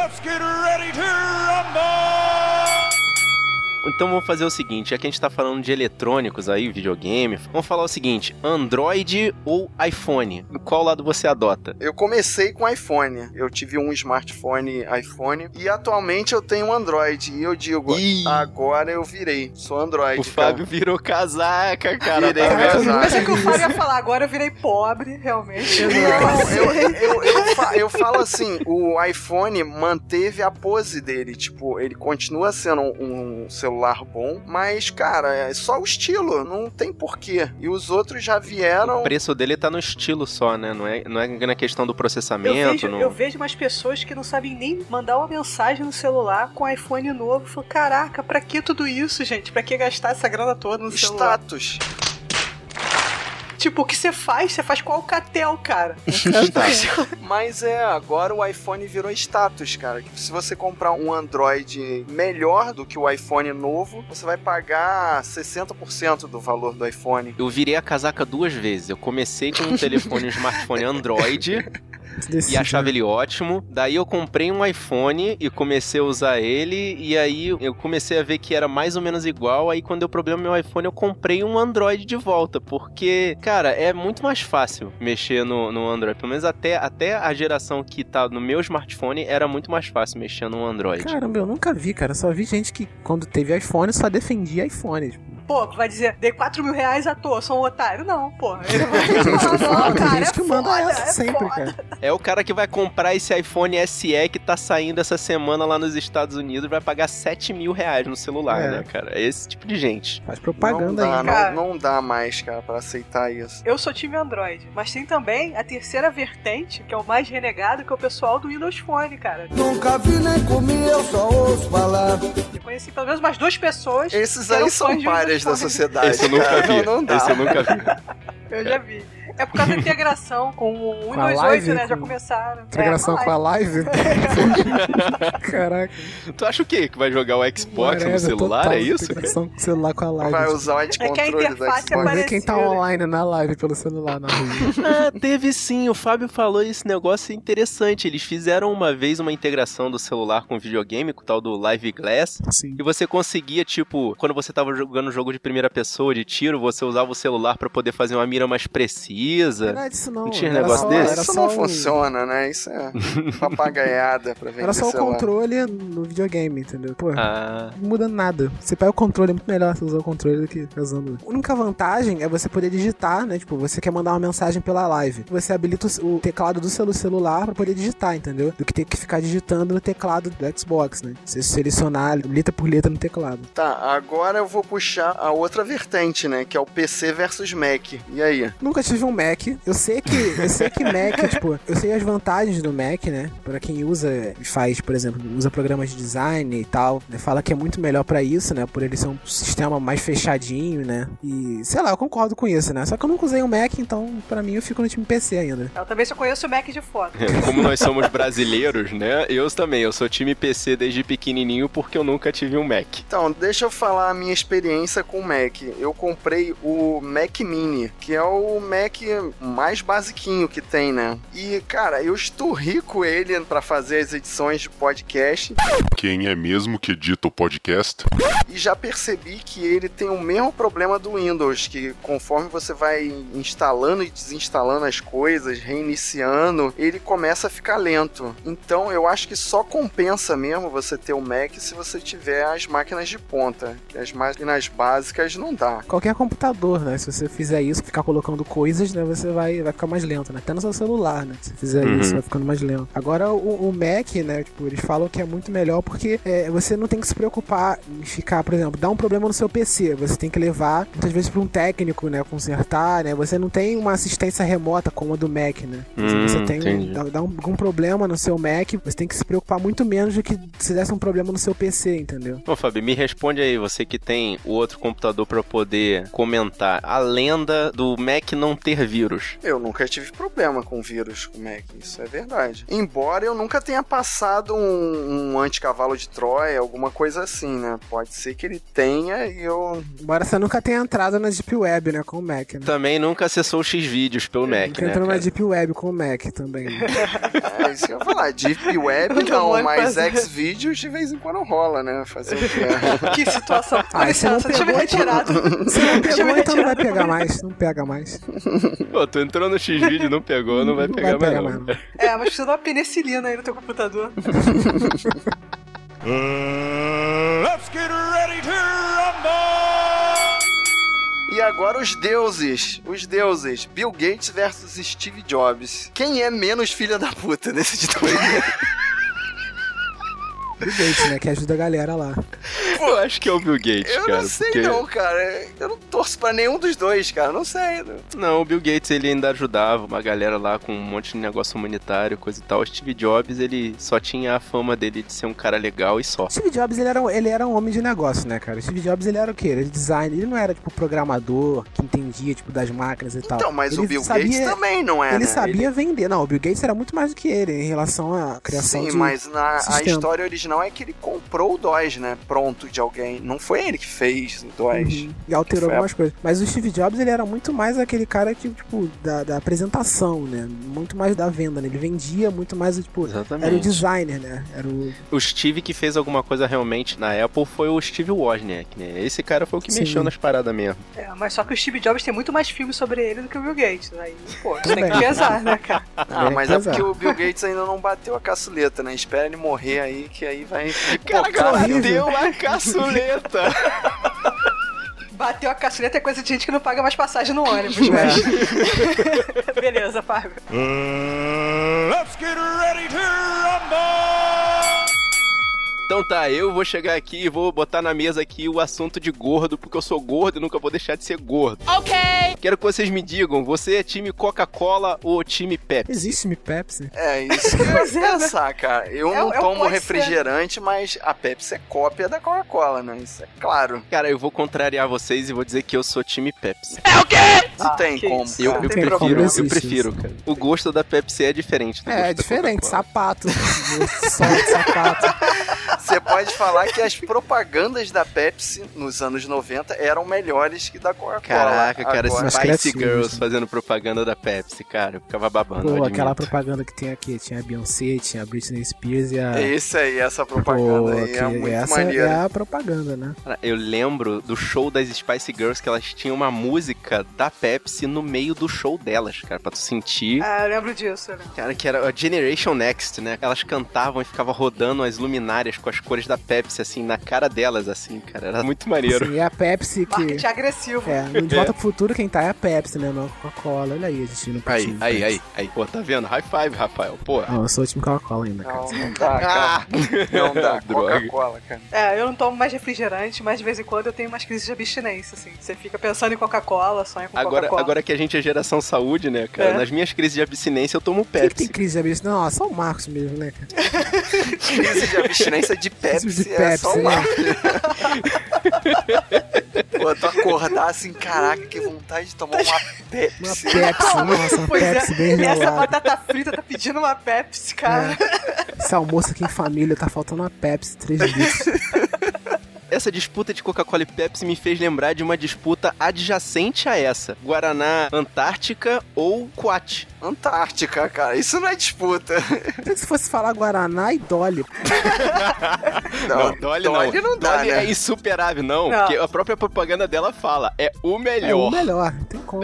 A: Então vamos fazer o seguinte, já que a gente tá falando de eletrônicos aí, videogame, vamos falar o seguinte, Android ou iPhone? Qual lado você adota?
B: Eu comecei com iPhone. Eu tive um smartphone iPhone e atualmente eu tenho um Android. E eu digo,
A: Ih.
B: agora eu virei. Sou Android.
A: O
B: cara.
A: Fábio virou casaca, cara.
B: tá. Virei
A: Tá vendo?
B: casaca.
D: Mas é que o Fábio ia falar agora, eu virei pobre, realmente.
B: Não, eu, eu, eu, fa- eu falo assim, o iPhone manteve a pose dele, tipo, ele continua sendo um, um celular bom, mas, cara, é só o estilo, não tem porquê. E os outros já
A: O
B: vieram...
A: preço dele tá no estilo só, né? Não é, não é na questão do
D: Eu
A: processamento.
D: vejo,
A: não...
D: eu vejo umas pessoas que não sabem nem mandar uma mensagem no celular com iPhone novo. Eu falo, caraca, pra que tudo isso, gente? Pra que gastar essa grana toda no celular?
B: Status.
D: Tipo, o que você faz? Você faz com Alcatel, cara.
B: Mas é, agora o iPhone virou status, cara. Se você comprar um Android melhor do que o iPhone novo, você vai pagar 60% do valor do iPhone.
A: Eu virei a casaca duas vezes. Eu comecei com um telefone, um smartphone Android
C: Se decide,
A: e achava ele ótimo. Daí eu comprei um iPhone e comecei a usar ele. E aí eu comecei a ver que era mais ou menos igual. Aí quando deu problema no meu iPhone, eu comprei um Android de volta. Porque, cara, é muito mais fácil mexer no, no Android. Pelo menos até, até a geração que tá no meu smartphone era muito mais fácil mexer no Android.
C: Caramba, eu nunca vi, cara. Só vi gente que, quando teve iPhone, só defendia iPhone. Tipo,
D: Pô, vai dizer, dei 4 mil reais à toa, sou um otário. Não, pô.
C: é
D: Ele vai falar, não,
C: tem
D: cara,
C: gente
D: é
C: que manda
D: foda,
C: essa
D: é
C: sempre,
D: foda.
C: cara.
A: É o cara que vai comprar esse iPhone SE que tá saindo essa semana lá nos Estados Unidos e vai pagar 7 mil reais no celular,
C: É.
A: né, cara? É esse tipo de gente.
C: Faz propaganda
B: não
C: aí.
B: dá,
D: cara.
B: não, não dá mais, cara, pra aceitar isso.
D: Eu sou time Android, mas tem também a terceira vertente, que é o mais renegado, que é o pessoal do Windows Phone, cara.
F: Nunca vi nem comi, eu só ouço falar.
D: Eu conheci pelo menos umas duas pessoas.
B: Esses
D: que eram
B: aí
D: fãs
B: são
D: de
B: páreas da
D: Windows Phone.
B: sociedade. cara. Não, não dá.
A: Esse eu nunca vi.
D: Eu já vi. É por causa da integração com o
C: a
D: Windows
C: Live,
D: 8, né? Já
C: com-
D: começaram.
C: Integração
D: é,
C: com a live. Caraca.
A: tu acha o quê? Que vai jogar o Xbox no
C: whatever,
A: celular?
C: total
A: é isso? cara?
C: Integração com o celular com a live.
B: Vai
C: tipo,
B: usar o anticontrole da
D: interface é
B: Xbox.
C: Vai ver quem tá
D: Apareceu, né?
C: online na live pelo celular na rua.
A: Ah, teve sim. O Fábio falou esse negócio interessante. Eles fizeram uma vez uma integração do celular com o videogame, com o tal do Live Glass.
C: Sim.
A: E você conseguia, tipo, quando você tava jogando um jogo de primeira pessoa, de tiro, você usava o celular pra poder fazer uma mira mais precisa.
C: Não é disso não.
A: Não tinha
C: era
A: negócio
C: só- um-
A: desse?
C: Era
B: Isso
C: só
B: não
C: o-
B: funciona, né? Isso é papagaiada pra vender
C: Era só o
B: celular.
C: controle no videogame, entendeu? Pô,
A: Ah,
C: não muda nada. Você pega o controle, é muito melhor você usar o controle do que ficar usando. A única vantagem é você poder digitar, né? Tipo, você quer mandar uma mensagem pela live. Você habilita o ce- o teclado do seu celular pra poder digitar, entendeu? Do que ter que ficar digitando no teclado do Xbox, né? Você selecionar letra por letra no teclado.
B: Tá, agora eu vou puxar a outra vertente, né? Que é o PC versus Mac. E aí?
C: Nunca tive um Mac. Eu sei que, eu sei que Mac, tipo, eu sei as vantagens do Mac, né? Pra quem usa e faz, por exemplo, usa programas de design e tal, né? fala que é muito melhor pra isso, né? Por ele ser um sistema mais fechadinho, né? E sei lá, eu concordo com isso, né? Só que eu nunca usei um Mac, então pra mim eu fico no time PC ainda.
D: Então, Eu também só conheço o Mac de foto.
A: Como nós somos brasileiros, né? Eu também, eu sou time PC desde pequenininho porque eu nunca tive um Mac.
B: Então, deixa eu falar a minha experiência com o Mac. Eu comprei o Mac Mini, que é o Mac mais basiquinho que tem, né? E, cara, eu estou rico ele pra fazer as edições de podcast.
H: quem é mesmo que edita o podcast?
B: E já percebi que ele tem o mesmo problema do Windows, que conforme você vai instalando e desinstalando as coisas, reiniciando, ele começa a ficar lento. Então eu acho que só compensa mesmo você ter o Mac se você tiver as máquinas de ponta. que As máquinas básicas não dá.
C: Qualquer computador, né? Se você fizer isso, ficar colocando coisas, né? Você vai, vai ficar mais lento, né? Até no seu celular, né? Se você fizer
A: Uhum.
C: isso, vai ficando mais lento. Agora, o, o Mac, né? Tipo, eles falam que é muito melhor porque é, você não tem que se preocupar em ficar, por exemplo, dá um problema no seu PC. Você tem que levar, muitas vezes, pra um técnico, né? Consertar, né? Você não tem uma assistência remota como a do Mac, né? Se
A: Hum,
C: você tem um,
A: entendi.
C: dá, dá um- algum problema no seu Mac, você tem que se preocupar muito menos do que se desse um problema no seu PC, entendeu?
A: Ô, Fábio, me responde aí, você que tem o outro computador pra poder comentar. A lenda do Mac não ter vírus.
B: Eu nunca tive problema com vírus com Mac, isso é verdade. Embora eu nunca tenha passado um, um anticavalo de Troia, alguma coisa assim, né? Pode ser que ele tenha e eu.
C: Embora você nunca tenha entrado na Deep Web, né? Com o Mac, né?
A: Também nunca acessou o X-Vídeos pelo Mac,
C: Nunca
A: né?
C: entrou na
A: cara?
C: Deep Web com o Mac também. né?
B: É isso que eu ia falar. Deep Web
D: Eu não
B: não,
D: vou
B: mas
D: fazer.
B: Xvideos de vez em quando rola, né? Fazer o quê?
D: Que situação. Com
C: Ah, você não
D: licença, deixa eu me
C: pegou, então.
D: retirar. do-
C: Você não
D: Deixa eu
C: pegou,
D: me
C: então não vai
D: retirar.
C: pegar mais. Não pega mais.
A: Pô, tu entrou no X-Vídeo, não pegou, não vai
C: Não
A: pegar,
C: vai pegar
A: mais. não.
C: mais. não.
D: É, mas precisa de uma penicilina aí no teu computador.
B: E agora os deuses. Os deuses. Bill Gates versus Steve Jobs. Quem é menos filha da puta desses dois?
C: Bill Gates, né? Que ajuda a galera lá.
A: Eu acho que é o Bill Gates,
B: Eu
A: cara.
B: não sei
A: porque-
B: não, cara. Eu não torço pra nenhum dos dois, cara. Não sei.
A: Não, o Bill Gates ele ainda ajudava uma galera lá com um monte de negócio humanitário, coisa e tal. O Steve Jobs, ele só tinha a fama dele de ser um cara legal e só.
C: Steve Jobs, ele era, um- ele era um homem de negócio, né, cara? Steve Jobs, ele era o quê? Ele era designer. Ele não era, tipo, programador que entendia, tipo, das máquinas e tal.
B: Então, mas
C: Ele
B: o Bill
C: sabia-
B: Gates também não é,
C: Ele
B: né?
C: sabia vender. Não, o Bill Gates era muito mais do que ele em relação à criação
B: Sim,
C: de...
B: mas na, a
C: sistema.
B: história original é que ele comprou o DOS, né? Pronto, de alguém. Não foi ele que fez o DOS.
C: Uhum. E alterou
B: Foi a-
C: algumas coisas. Mas o Steve Jobs, ele era muito mais aquele cara que, tipo, da, da apresentação, né? Muito mais da venda, né? Ele vendia muito mais, tipo... Era o
A: Exatamente.
C: designer, né? Era o...
A: O Steve que fez alguma coisa realmente na Apple foi o Steve Wozniak, né? Esse cara foi o que
C: Sim.
A: mexeu nas paradas mesmo.
D: É, mas só que o Steve Jobs tem muito mais filmes sobre ele do que o Bill Gates, né? E, pô, isso tem
C: Também.
D: que pesar, né, cara?
B: Ah, mas é
C: Pois
B: porque o Bill Gates ainda não bateu a caçuleta, né? Espera ele morrer aí, que aí vai.
A: Caraca,
C: horrível.
A: deu a caçuleta!
D: Bateu a caçuleta é coisa de gente que não paga mais passagem no
C: É.
D: ônibus, mas... Beleza, Fábio.
A: então tá, eu vou chegar aqui e vou botar na mesa aqui o assunto de gordo, porque eu sou gordo e nunca vou deixar de ser gordo. Ok! Quero que vocês me digam, você é time Coca-Cola ou time Pepsi?
C: Existe me Pepsi?
B: É isso que eu
D: Pois é,
B: ia
D: né?
B: pensar, cara. Eu
D: É
B: não
D: o- é o
B: tomo
D: pode ser.
B: refrigerante, mas a Pepsi é cópia da Coca-Cola, né? Isso é claro.
A: Cara, eu vou contrariar vocês e vou dizer que eu sou time Pepsi.
B: Não
D: Ah,
B: tem
D: que
B: como.
D: isso.
A: Eu,
D: Não
A: eu
D: tem
C: É,
A: prefiro,
D: problema.
A: eu
C: Existe
A: prefiro, cara. O gosto da Pepsi é diferente do gosto
C: É,
A: da
C: diferente.
A: Coca-Cola.
C: Sapato. Sol de sapato.
B: Você pode falar que as propagandas da Pepsi nos anos 90 eram melhores que da Coca-Cola.
A: Caraca, cara,
B: Agora-
C: Mas
A: esse Spice
C: criativo,
A: Girls
C: né?
A: fazendo propaganda da Pepsi, cara. Eu ficava babando. eu
C: Pô,
A: admito.
C: aquela propaganda que tem aqui. Tinha a Beyoncé, tinha a Britney Spears e a...
B: Esse é aí, essa
C: é Pô,
B: propaganda aí
C: que
B: é muito
C: essa
B: maneira.
C: é a propaganda, né?
A: Cara, Eu lembro do show das Spice Girls que elas tinham uma música da Pepsi no meio do show delas, cara, pra tu sentir.
D: Ah, eu lembro disso, né?
A: Cara, que era a Generation Next, né? Elas cantavam e ficavam rodando as luminárias com as cores da Pepsi, assim, na cara delas, assim, cara. Era muito maneiro.
C: Assim, e a Pepsi que...
D: Marketing agressivo.
C: É, no De Volta pro Futuro quem tá é a Pepsi, né? Não a Coca-Cola. Olha aí, a gente não
A: Aí,
C: time
A: aí,
C: Pepsi.
A: aí, aí. Pô, tá vendo? High five, Rafael. Pô.
C: Não, eu sou o time Coca-Cola ainda, cara.
B: Não, não dá, cara.
C: Ah!
B: Não dá.
A: Droga.
B: Coca-Cola, cara.
D: É, eu não tomo mais refrigerante, mas de vez em quando eu tenho umas crises de abstinência, assim. Você fica pensando em Coca-Cola, sonha com
A: Agora,
D: Coca-Cola.
A: agora que a gente é geração saúde, né, cara?
D: É.
A: Nas minhas crises de abstinência eu tomo
C: Quem que tem
A: É Pepsi.
C: crise de abstinência? Não, só o Marcos mesmo, né, cara?
B: Crise de abstinência de Pepsi,
C: Crise de
B: é só
C: Pepsi,
B: uma. Pô, tu acordar assim, caraca, que vontade de tomar uma
C: Uma
B: Pepsi.
C: Pepsi, nossa, uma
D: Pois
C: Pepsi
D: é,
C: bem É.
D: essa
C: gelada.
D: batata frita tá pedindo uma Pepsi, cara.
C: Esse almoço aqui em família tá faltando uma Pepsi, 3 litros.
A: Essa disputa de Coca-Cola e Pepsi me fez lembrar de uma disputa adjacente a essa: Guaraná Antártica ou Coate.
B: Antártica, cara. Isso não é disputa.
C: Pensei que se fosse falar Guaraná e Dolly.
A: Não, Dolly não.
B: Dolly não dá,
A: Dolly
B: né?
A: é insuperável, não,
D: Não.
A: Porque a própria propaganda dela fala: é o
C: É o
A: melhor.
C: melhor, não tem como.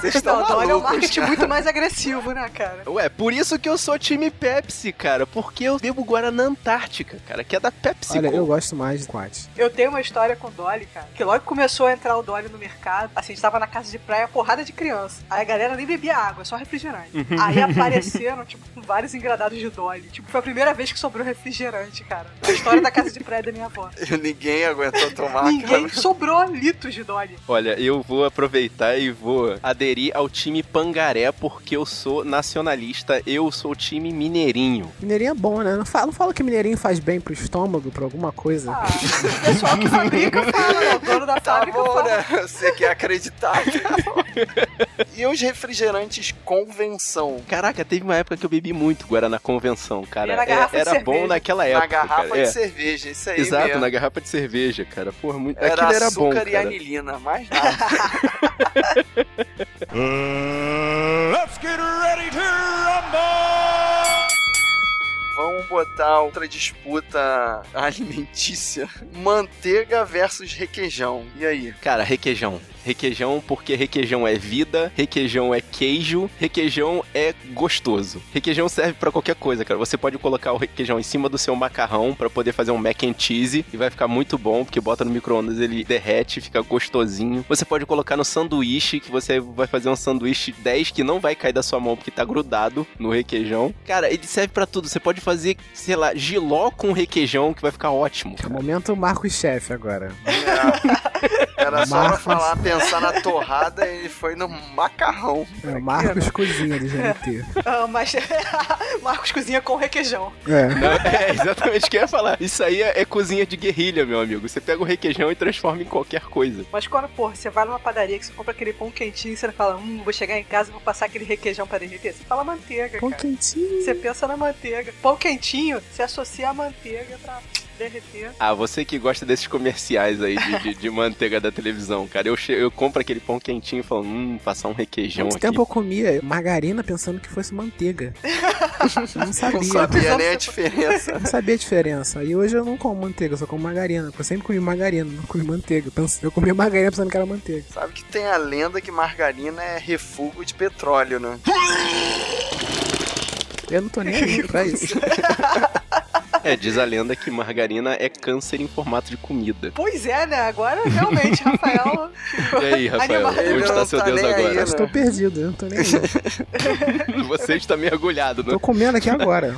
B: Vocês estão
A: Tá
D: Não, olha, é um
B: malucos,
D: marketing
B: cara.
D: muito mais agressivo, né, cara?
A: Ué, por isso que eu sou time Pepsi, cara. Porque eu bebo Guaraná Antártica, cara, que é da Pepsi.
C: Olha, eu gosto mais de Quat.
D: Eu tenho uma história com o Dolly, cara. Que logo que começou a entrar o Dolly no mercado, assim, a gente tava na casa de praia, porrada de criança. Aí a galera nem bebia água, só refrigerante.
A: Uhum.
D: Aí apareceram, tipo, com vários engradados de Dolly. Tipo, foi a primeira vez que sobrou refrigerante, cara. A história da casa de praia da minha avó.
B: né? Ninguém aguentou tomar,
D: Ninguém
B: cara.
D: sobrou litros de Dolly.
A: Olha, eu vou aproveitar e vou aderir ao time Pangaré, porque eu sou nacionalista, eu sou o time mineirinho.
C: Mineirinho é bom, né? Não fala, não fala que mineirinho faz bem pro estômago, pra alguma coisa.
D: Ah, o pessoal que fabrica fala, né? O dono da
B: Tá
D: fábrica
B: bom,
D: fala.
B: né? Você quer acreditar? tá bom. e os refrigerantes convenção?
A: Caraca, teve uma época que eu bebi muito Guaraná Convenção, cara.
D: E na garrafa
A: É-
D: de
A: era bom
D: cerveja.
A: naquela época.
B: Na garrafa
A: cara.
B: de
A: É,
B: cerveja, isso aí
A: Exato, né?
B: mesmo.
A: na garrafa de cerveja, cara. Porra, muito...
B: Era
A: aquilo era bom,
B: açúcar e
A: cara.
B: anilina, mais nada.
A: Hum,
B: Vamos botar outra disputa alimentícia. Manteiga versus requeijão. E aí?
A: Cara, requeijão. Requeijão, porque requeijão é vida, requeijão é queijo, requeijão é gostoso. Requeijão serve pra qualquer coisa, cara. Você pode colocar o requeijão em cima do seu macarrão pra poder fazer um mac and cheese e vai ficar muito bom, porque bota no micro-ondas, ele derrete, fica gostosinho. Você pode colocar no sanduíche, que você vai fazer um sanduíche 10 que não vai cair da sua mão porque tá grudado no requeijão. Cara, ele serve pra tudo. Você pode fazer, sei lá, giló com requeijão, que vai ficar ótimo.
C: É o momento Marcos Chefe agora.
B: É. Era só pra
C: Marcos.
B: falar, pensar na torrada e foi no macarrão.
C: É, o Marcos Cozinha do GNT.
D: Ah, mas Marcos cozinha com requeijão.
C: É.
A: Não, é exatamente o que eu ia falar. Isso aí é, é cozinha de guerrilha, meu amigo. Você pega o requeijão e transforma em qualquer coisa.
D: Mas quando, porra, você vai numa padaria que você compra aquele pão quentinho e você fala, hum, vou chegar em casa e vou passar aquele requeijão pra derreter. Você fala manteiga,
C: Pão
D: cara.
C: quentinho.
D: Você pensa na manteiga. Pão quentinho, você associa a manteiga pra derreter.
A: Ah, você que gosta desses comerciais aí de, de- de manteiga da televisão, cara. Eu, che- eu compro aquele pão quentinho e falo, hum, passar um requeijão
C: Muito
A: aqui.
C: tempo eu comia margarina pensando que fosse manteiga. Eu não
B: Não
C: sabia.
B: sabia
D: Quantos
B: nem a
D: anos
B: diferença.
C: Eu não sabia a diferença. E hoje eu não como manteiga, eu só como margarina. Porque eu sempre comi margarina, não comi manteiga. Eu penso- Eu comia margarina pensando que era manteiga.
B: Sabe que tem a lenda que margarina é refúgio de petróleo, né?
C: Eu não tô nem aí pra isso.
A: É, diz a lenda que margarina é câncer em formato de comida.
D: Pois é, né? Agora realmente, Rafael. ficou
A: E aí, Rafael,
D: animado.
B: Ele
A: onde tá
B: não
A: seu
B: tá
A: Deus
B: nem aí,
A: agora?
B: né?
C: Eu estou perdido, eu não tô nem aí.
A: Você está mergulhado, né?
C: Tô comendo aqui agora.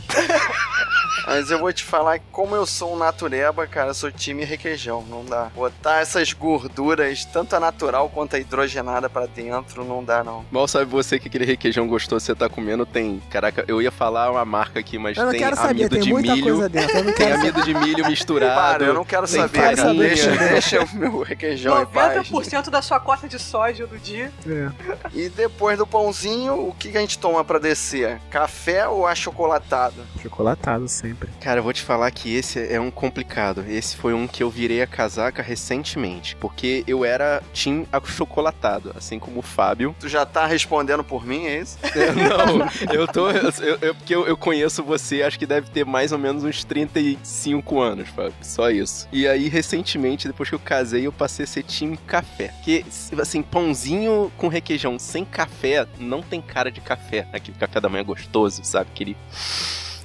B: Mas eu vou te falar que como eu sou um natureba, cara, eu sou time requeijão, não dá. Botar essas gorduras, tanto a natural quanto a hidrogenada pra dentro, não dá não.
A: Mal sabe você que aquele requeijão gostoso que você tá comendo tem. Caraca, eu ia falar uma marca aqui, mas
C: Eu não
A: tem
C: quero saber,
A: amido
C: tem
A: de
C: muita
A: milho.
C: coisa dentro. Eu não
A: Tem
C: quero saber.
A: amido de milho misturado.
B: Para, eu não quero
A: tem
B: saber,
A: farinha.
B: cara. Deixa, deixa o meu requeijão em paz.
D: 90% da sua cota de sódio do dia.
C: É.
B: E depois do pãozinho, o que a gente toma pra descer? Café ou achocolatado?
C: Chocolatado sempre.
A: Cara, eu vou te falar que esse é um complicado. Esse foi um que eu virei a casaca recentemente, porque eu era team achocolatado, assim como o Fábio.
B: Tu já tá respondendo por mim, é isso?
A: Eu- não, eu tô. eu- eu- porque eu, eu conheço você, acho que deve ter mais ou menos uns 35 anos, Fábio. Só isso. E aí, recentemente, depois que eu casei, eu passei a ser time café. Porque, assim, pãozinho com requeijão sem café não tem cara de café. Aquele café da manhã gostoso, sabe? Aquele.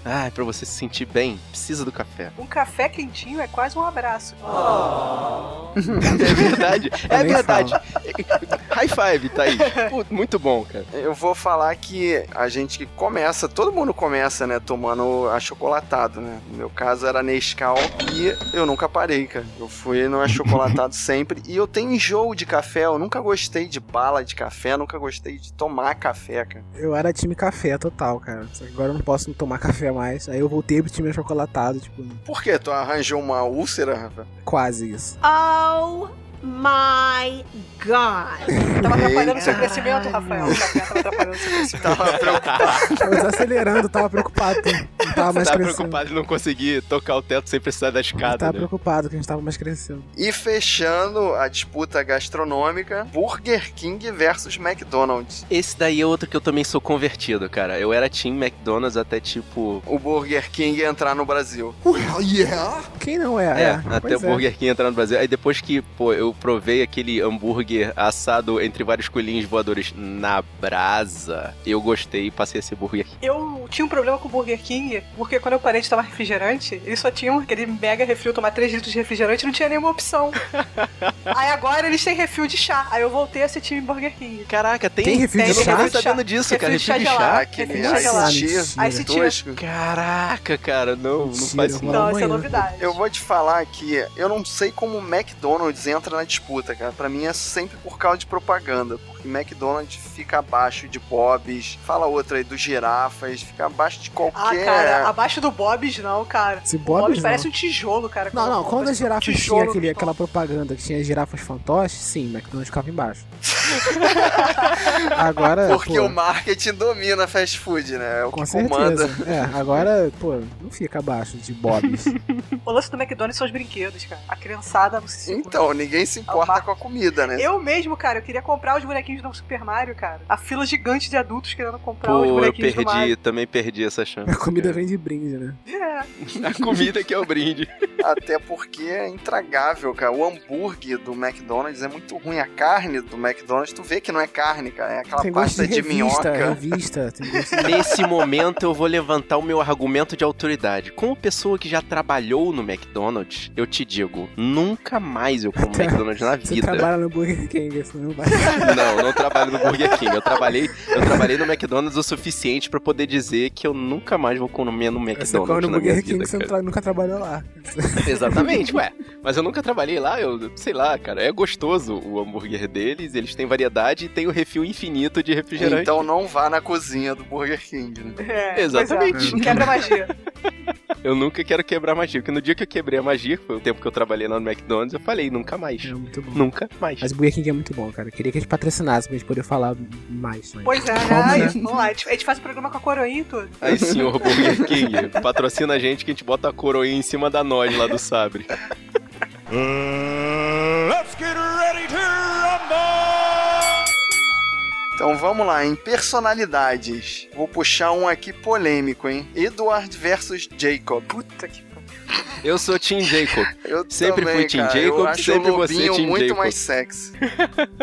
A: Ai, pra você se sentir bem, precisa do café.
D: Um café quentinho é quase um abraço.
A: É verdade,
C: Eu
A: é
C: nem
A: verdade. High five, Thaís. Pô, muito bom, cara.
B: Eu vou falar que a gente que começa, todo mundo começa, né, tomando achocolatado, né? No meu caso era Nescau e eu nunca parei, cara. Eu fui no achocolatado sempre e eu tenho enjoo de café, eu nunca gostei de bala de café, nunca gostei de tomar café, cara.
C: Eu era time café total, cara. Só que agora eu não posso tomar café mais. Aí eu voltei pro time achocolatado, tipo,
B: Por quê? Tu arranjou uma úlcera, Rafa?
C: quase isso.
I: Oh my god.
D: Tava atrapalhando o seu
B: Eita.
D: crescimento, Rafael. O café tava atrapalhando o seu crescimento.
B: Tava preocupado.
C: Eu desacelerando, tava preocupado. não tava mais
A: tá
C: crescendo.
A: preocupado em não conseguir tocar o teto sem precisar da
C: Eu
A: escada,
C: tava
A: né?
C: preocupado que a gente tava mais crescendo.
B: E fechando a disputa gastronômica, Burger King versus McDonald's.
A: Esse daí é outro que eu também sou convertido, cara. Eu era Team McDonald's até tipo.
B: O Burger King entrar no Brasil.
C: Quem não é?
A: É,
C: pois
A: até o Burger King entrar no Brasil. Aí depois que, pô, eu provei aquele hambúrguer assado entre vários coelhinhos voadores na brasa, eu gostei e passei esse Burger King.
D: Eu tinha um problema com o Burger King, porque quando eu parei de tomar refrigerante, eles só tinham aquele mega refil, tomar 3 litros de refrigerante, não tinha nenhuma opção. Aí agora eles têm refil de chá. Aí eu voltei a ser time Burger King.
A: Caraca, tem,
C: Tem refil
A: eu
C: de
A: não
C: chá?
A: tava sabendo disso,
D: Refil
A: cara.
D: de chá
A: Refil de
D: gelado.
A: chá.
B: Aquele
D: Refrigerante
C: é
D: gelado.
B: Ice
D: Aí se
B: Tea
D: tira.
B: tosco.
A: Caraca, cara, não, não
C: Mentira,
A: faz
C: mano.
A: sentido.
D: Então, essa é
C: amanhã.
D: novidade.
B: Eu vou te falar aqui, eu não sei como o McDonald's entra na disputa, cara. Pra mim é sempre por causa de propaganda, porque McDonald's fica abaixo de Bob's, fala outra aí dos girafas, fica abaixo de
D: Ah,
B: qualquer.
D: cara, abaixo do Bob's não, cara.
C: Esse
D: O Bob's
C: Bob
D: parece um tijolo, cara.
C: Não, não, quando as
D: parece um
C: girafas
D: tijolo
C: tinha aquele,
D: no
C: aquela propaganda que tinha girafas fantoches, sim, McDonald's ficava embaixo. Agora.
B: Porque
C: pô,
B: o marketing domina fast food, né? É o
C: Com
B: que
C: certeza.
B: comanda.
C: É, agora, pô, não fica abaixo de Bob's.
D: O lance do McDonald's são os brinquedos, cara. A criançada não se segura.
B: Então, ninguém se importa com a comida,
A: É.
B: né?
D: Eu mesmo, cara, eu queria comprar os bonequinhos do Super Mario, cara. A fila gigante de adultos querendo comprar os
A: Pô, eu
D: bonequinhos do Mario.
A: perdi, também perdi essa chance. É.
C: A comida vem de brinde, né?
D: É.
A: A comida que é o brinde.
B: Até porque é intragável, cara. O hambúrguer do McDonald's é muito ruim. A carne do McDonald's, tu vê que não é carne, cara. É aquela
C: tem gosto
B: pasta
C: de
B: de,
C: revista, é.
B: minhoca.
C: revista, tem gosto
A: Nesse momento eu vou levantar o meu argumento de autoridade. Como pessoa que já trabalhou no McDonald's, eu te digo, nunca mais eu como McDonald's na
C: Você
A: vida.
C: trabalha no Burger King, isso não vai.
A: Não, não trabalho no Burger King. Eu trabalhei, eu trabalhei no McDonald's o suficiente pra poder dizer que eu nunca mais vou comer no
C: Você come
A: McDonald's
C: é no
A: na minha
C: Burger King,
A: vida.
C: você não
A: Cara.
C: tra- nunca trabalhou lá.
A: Exatamente, ué. Mas eu nunca trabalhei lá, eu sei lá, cara. É gostoso o hambúrguer deles, eles têm variedade e tem o refil infinito de refrigerante.
B: Então não vá na cozinha do Burger King, né?
D: É,
A: Exatamente.
D: pois é. Quebra a magia.
A: Eu nunca quero quebrar a magia, porque no dia que eu quebrei a magia, que foi o tempo que eu trabalhei lá no McDonald's, eu falei, nunca mais.
C: É muito bom.
A: Nunca mais.
C: Mas o Burger King é muito bom, cara. Eu queria que eles patrocinassem pra gente poder falar mais. Mas...
D: Pois é, né?
C: Vamos,
D: Ai,
C: né?
D: Vamos lá, a gente a gente faz o programa com a coroinha e tudo.
A: Aí, senhor Burger King, patrocina a gente que a gente bota a coroinha em cima da nós lá do sabre.
B: Então vamos lá, em personalidades. Vou puxar um aqui polêmico, hein? Edward versus Jacob.
D: Puta que pariu.
A: Eu sou Team Jacob.
B: Eu
A: Sempre
B: também,
A: fui Team
B: cara, eu
A: Jacob,
B: acho
A: sempre
B: o
A: você
B: Lobinho
A: Team
B: muito
A: Jacob.
B: mais sexy.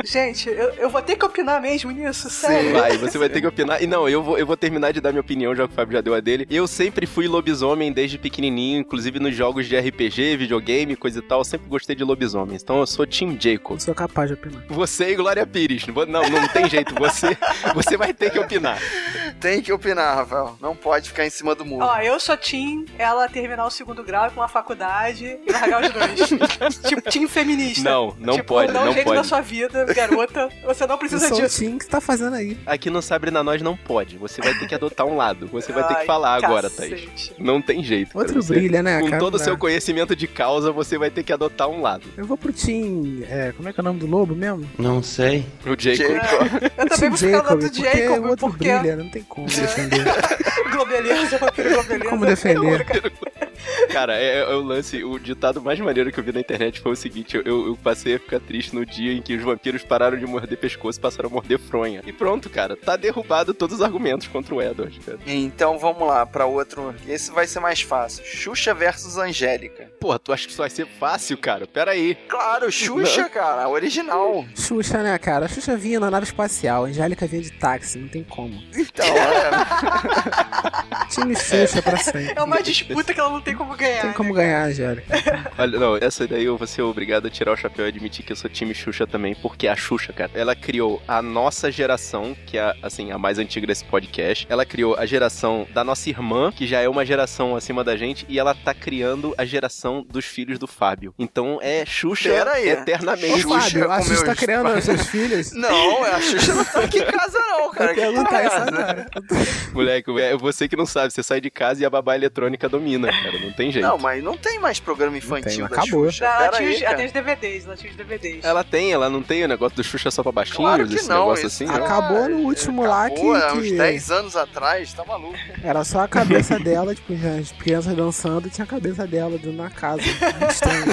D: Gente, eu, eu vou ter que opinar mesmo nisso, sério.
A: Vai, você vai ter que opinar. E não, eu vou, eu vou terminar de dar minha opinião, já que o Fábio já deu a dele. Eu sempre fui lobisomem desde pequenininho, inclusive nos jogos de RPG, videogame, coisa e tal. Eu sempre gostei de lobisomens. Então eu sou Team Jacob.
C: Eu sou capaz de opinar.
A: Você e Glória Pires. Não, não tem jeito. Você, você vai ter que opinar.
B: Tem que opinar, Rafael. Não pode ficar em cima do muro.
D: Ó, eu sou Tim, ela terminar o segundo grau e com a faculdade e largar os dois. tipo, Tim feminista.
A: Não, não
D: tipo,
A: pode,
D: dá um
A: não
D: jeito na
A: pode.
D: sua vida, garota. Você não
C: Eu
D: precisa
C: sou o
D: disso.
C: Tim, o que você tá fazendo aí?
A: Aqui no Sabre na Nós não pode. Você vai ter que adotar um lado. Você vai ter que
D: Ai,
A: falar agora, Thaís.
D: cacete.
A: Não tem jeito. cara.
C: Outro
A: Você-
C: brilha, né?
A: Com
C: cara?
A: todo o
C: Não
A: seu
C: dá.
A: conhecimento de causa, você vai ter que adotar um lado.
C: Eu vou pro Tim. É, como é que é o nome do lobo mesmo?
G: Não sei.
A: O Jacob.
B: Jacob.
D: Eu também
C: Tim
D: vou ficar do lado do
C: é porque o
D: Jacob,
C: outro
D: porque
C: brilha, não tem como defender.
D: globeleza, vampiro globeleza.
C: Como defender?
A: Cara, é, é o lance. O ditado mais maneiro que eu vi na internet foi o seguinte: eu, eu passei a ficar triste no dia em que os vampiros pararam de morder pescoço e passaram a morder fronha. E pronto, cara. Tá derrubado todos os argumentos contra o Edward, cara.
B: Então vamos lá pra outro. Esse vai ser mais fácil. Xuxa versus Angélica.
A: Porra, tu acha que isso vai ser fácil, cara? Pera aí.
B: Claro, Xuxa, cara, original.
C: Xuxa, né, cara? A Xuxa vinha na nave espacial, a Angélica vinha de táxi, não tem como.
B: Então, é,
C: Time Xuxa pra sempre.
D: É uma disputa que ela não tem como
C: Não
D: ganhar.
C: tem como ganhar, Angélica.
A: Olha, não, essa daí eu vou ser obrigado a tirar o chapéu e admitir que eu sou time Xuxa também, porque a Xuxa, cara, ela criou a nossa geração, que é, assim, a mais antiga desse podcast. Ela criou a geração da nossa irmã, que já é uma geração acima da gente, e ela tá criando a geração dos filhos do Fábio. Então é Xuxa
B: Pera aí.
A: eternamente.
B: É Xuxa
C: Ô, Fábio, a
B: com
C: Xuxa tá
B: meus
C: criando
B: pais.
C: os seus filhos?
B: não, a Xuxa não tá aqui em casa, não, cara.
C: Pergunta
B: Que
C: essa
B: parada.
C: agora.
A: Moleque, é você que não sabe sabe? Você sai de casa e a babá eletrônica domina, cara. Não tem jeito.
B: Não, mas não tem mais programa
C: tem,
B: infantil
C: mas
B: da
C: acabou.
B: Xuxa.
D: Ela,
B: Pera
D: tinha
B: aí,
D: os, ela
B: cara.
D: tem os DVDs, ela tinha os DVDs.
A: Ela tem, ela não tem o negócio do Xuxa só pra baixinhos,
B: Claro que
A: esse
B: não,
A: negócio
B: esse
A: assim,
B: cara-
A: né?
C: Acabou no último lá
B: Acabou,
C: que-
B: há uns
C: que-
B: 10 anos atrás, tá maluco.
C: Era só a cabeça dela, tipo, as crianças dançando e tinha a cabeça dela dentro da casa. Muito estranho.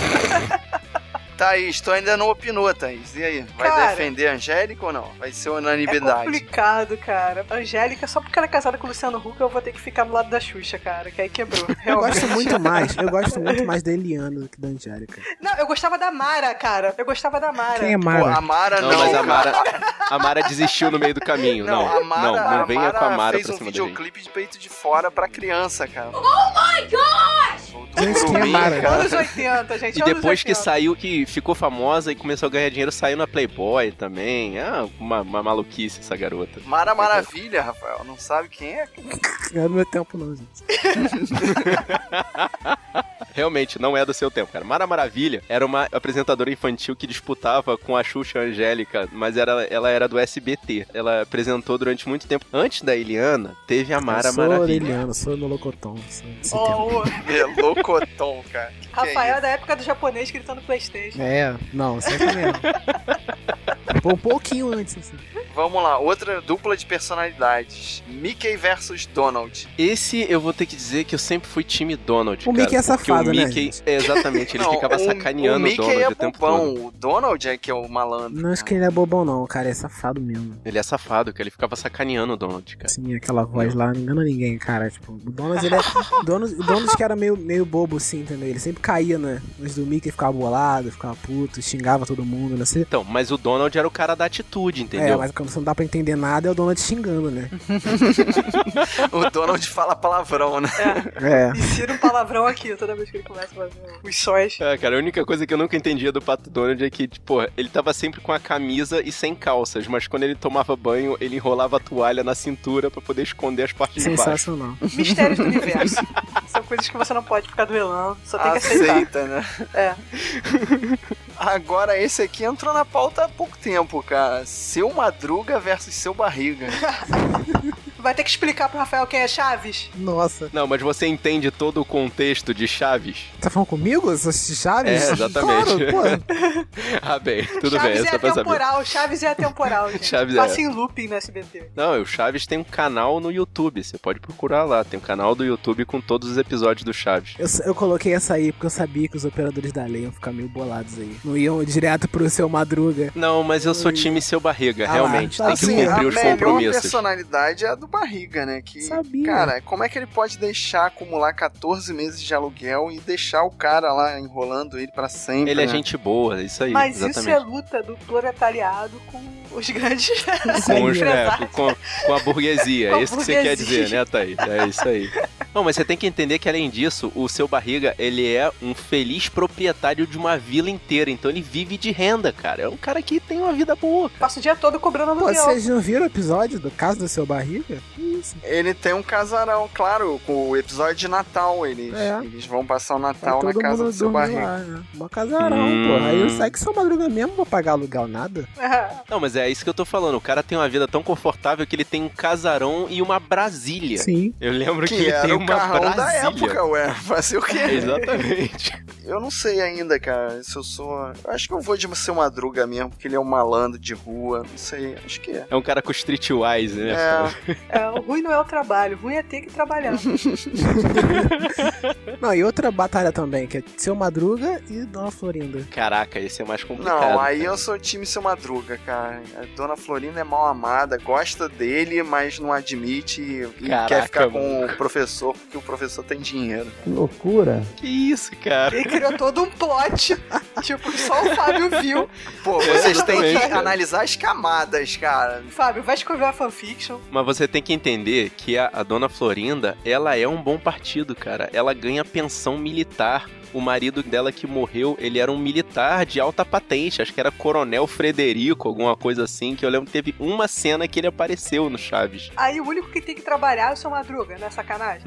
B: Thaís, tu ainda não opinou, Thaís. E aí? Vai
D: Cara.
B: defender a Angélica ou não? Vai ser
D: É
B: unanimidade.
D: complicado, cara. Angélica, só porque ela é casada com o Luciano Huck, eu vou ter que ficar do lado da Xuxa, cara. Que aí quebrou.
C: Eu
D: Realmente.
C: gosto muito mais, eu gosto muito mais da Eliana do que da Angélica.
D: Não, eu gostava da Mara, cara. Eu gostava da Mara.
C: Quem é
B: Pô,
C: Mara?
B: a Mara não.
A: Não, mas a
B: cara.
A: Mara, a Mara desistiu no meio do caminho. Não,
B: a Mara,
A: não,
B: a
A: não venha com a Mara
B: fez
A: pra
B: um
A: cima da gente.
B: videoclipe de peito de fora pra criança, cara. Oh my gosh!
C: Gente, quem é Mara?
D: Anos 80, gente.
A: E
D: anos
A: depois que
D: 80.
A: saiu, que ficou famosa e começou a ganhar dinheiro, saiu na Playboy também. Ah, uma, uma maluquice essa garota.
B: Mara Maravilha, Rafael. Não sabe quem é?
C: Não é do meu tempo, não, gente.
A: Realmente, não é do seu tempo, cara. Mara Maravilha era uma apresentadora infantil que disputava com a Xuxa Angélica, mas era, ela era do SBT. Ela apresentou durante muito tempo. Antes da Eliana, teve a Mara
C: eu sou da
A: Maravilha.
C: Eliana, sou no Locotom. Sou desse tempo.
D: Ó, o
B: É Locotom, cara. Que
D: Rafael é da época do japonês gritando Playstation.
C: É, não, sempre mesmo. Pô, um pouquinho antes, assim.
B: isso? Vamos lá, outra dupla de personalidades. Mickey versus Donald.
A: Esse eu vou ter que dizer que eu sempre fui time Donald.
C: O
A: cara,
C: Mickey é
A: porque
C: safado,
A: o
C: né,
A: Mickey,
C: gente?
A: É, Exatamente, ele
B: Não,
A: ficava
B: o-
A: sacaneando
B: o
A: o,
B: Mickey
A: Donald
B: é
A: o tempo todo.
B: bobão, o Donald é que é o malandro.
C: Não acho que ele é bobão, não, cara. É safado mesmo.
A: Ele é safado, cara. Ele ficava sacaneando o Donald, cara.
C: Assim, aquela voz lá não engana ninguém, cara. Tipo, o Donald, ele é. O Donald, o Donald que era meio, meio bobo, assim, entendeu? Ele sempre caía, né? Mas do Mickey ficava bolado, ficava puto, xingava todo mundo, não sei.
A: Então, mas o Donald era o cara da atitude, entendeu?
C: É, mas quando você não dá pra entender nada, é o Donald xingando, né?
B: O Donald fala palavrão, né?
C: É.
D: Insira um palavrão aqui toda vez que ele começa a fazer um- os sóis.
A: Ah, cara, a única coisa que eu nunca entendia do Pato Donald é que, tipo, ele tava sempre com a camisa e sem calças, mas quando ele tomava banho, ele enrolava a toalha na cintura pra poder esconder as partes de baixo.
C: Sensacional.
D: Mistérios do universo. São coisas que você não pode ficar duelando, só
C: Ah,
D: tem que aceitar.
B: Aceita, né?
D: É.
B: Agora esse aqui entrou na pauta há pouco tempo, cara. Seu Madruga versus seu Barriga.
D: Vai ter que explicar pro Rafael quem é Chaves?
C: Nossa.
A: Não, mas você entende todo o contexto de Chaves?
C: Tá falando comigo? Eu sou Chaves?
A: É, exatamente.
C: Claro, pô.
A: Ah, bem, tudo
D: Chaves
A: bem, é
D: é
A: só pra saber.
D: atemporal, Chaves é atemporal, gente.
A: Chaves é.
D: Passa em looping no SBT.
A: Não, o Chaves tem um canal no YouTube, você pode procurar lá. Tem um canal do YouTube com todos os episódios do Chaves.
C: Eu, eu coloquei essa aí porque eu sabia que os operadores da lei iam ficar meio bolados aí. Não iam direto pro seu Madruga.
A: Não, mas eu sou time seu barriga,
C: Ah lá,
A: realmente.
C: tá
A: Tem que
C: assim,
A: cumprir os
B: melhor
A: compromissos.
B: personalidade é a do Barriga, né? Que,
C: Sabia.
B: cara, como é que ele pode deixar acumular 14 meses de aluguel e deixar o cara lá enrolando ele pra sempre?
A: Ele é
B: né?
A: gente boa, isso aí,
D: Mas isso é
A: exatamente.
D: luta do proletariado com os grandes
A: com,
C: né?
A: os- é,
D: empresários.
A: com, com a burguesia,
D: Com a
A: é isso que você quer
D: burguesia.
A: dizer, né, Thaís? É isso aí. Não, mas você tem que entender que, além disso, o seu barriga, ele é um feliz proprietário de uma vila inteira. Então ele vive de renda, cara. É um cara que tem uma vida boa.
D: Passa o dia todo cobrando
C: Pô,
D: aluguel.
C: vocês não viram o episódio do caso do seu barriga? Que Isso.
B: Ele tem um casarão, claro, com o episódio de Natal. Eles,
C: É.
B: eles vão passar o
C: Tá
B: Natal na
C: todo
B: casa do
C: mundo
B: seu
C: dormindo
B: Barriga.
C: lá, né? Mó casarão,
A: Hum.
C: pô. Aí eu saio que sou madruga mesmo, vou pagar aluguel nada.
A: Não, mas é isso que eu tô falando. O cara tem uma vida tão confortável que ele tem um casarão e uma Brasília.
C: Sim.
A: Eu lembro que,
B: Que,
A: ele tem
B: era o
A: uma
B: carrão
A: Brasília.
B: da época, ué. Fazer o quê?
A: Exatamente.
B: Eu não sei ainda, cara, se eu sou. Eu acho que eu vou de ser madruga mesmo, porque ele é um malandro de rua. Não sei, acho que é.
A: É um cara com streetwise, né?
B: É,
D: É, o ruim não é o trabalho, o ruim é ter que trabalhar.
C: Não, e outra batalha também, que é seu madruga e Dona Florinda.
A: Caraca, esse é mais complicado.
B: Não, aí
A: cara.
B: eu sou time seu Madruga, cara. A dona Florinda é mal amada, gosta dele, mas não admite e
A: Caraca,
B: quer ficar com
A: mano.
B: o professor porque o professor tem dinheiro.
A: Que isso, cara?
D: Ele criou todo um plot. tipo, só o Fábio viu.
B: Pô, vocês têm que
A: Exatamente, cara.
B: analisar as camadas, cara.
D: Fábio, vai escrever uma fanfiction.
A: Mas você tem que entender que a, a dona Florinda, ela é um bom partido, cara. Ela ganha pensão militar. O marido dela que morreu, ele era um militar de alta patente. Acho que era Coronel Frederico, alguma coisa assim. Que eu lembro que teve uma cena que ele apareceu no Chaves.
D: Aí o único que tem que trabalhar é o seu Madruga, né? Sacanagem.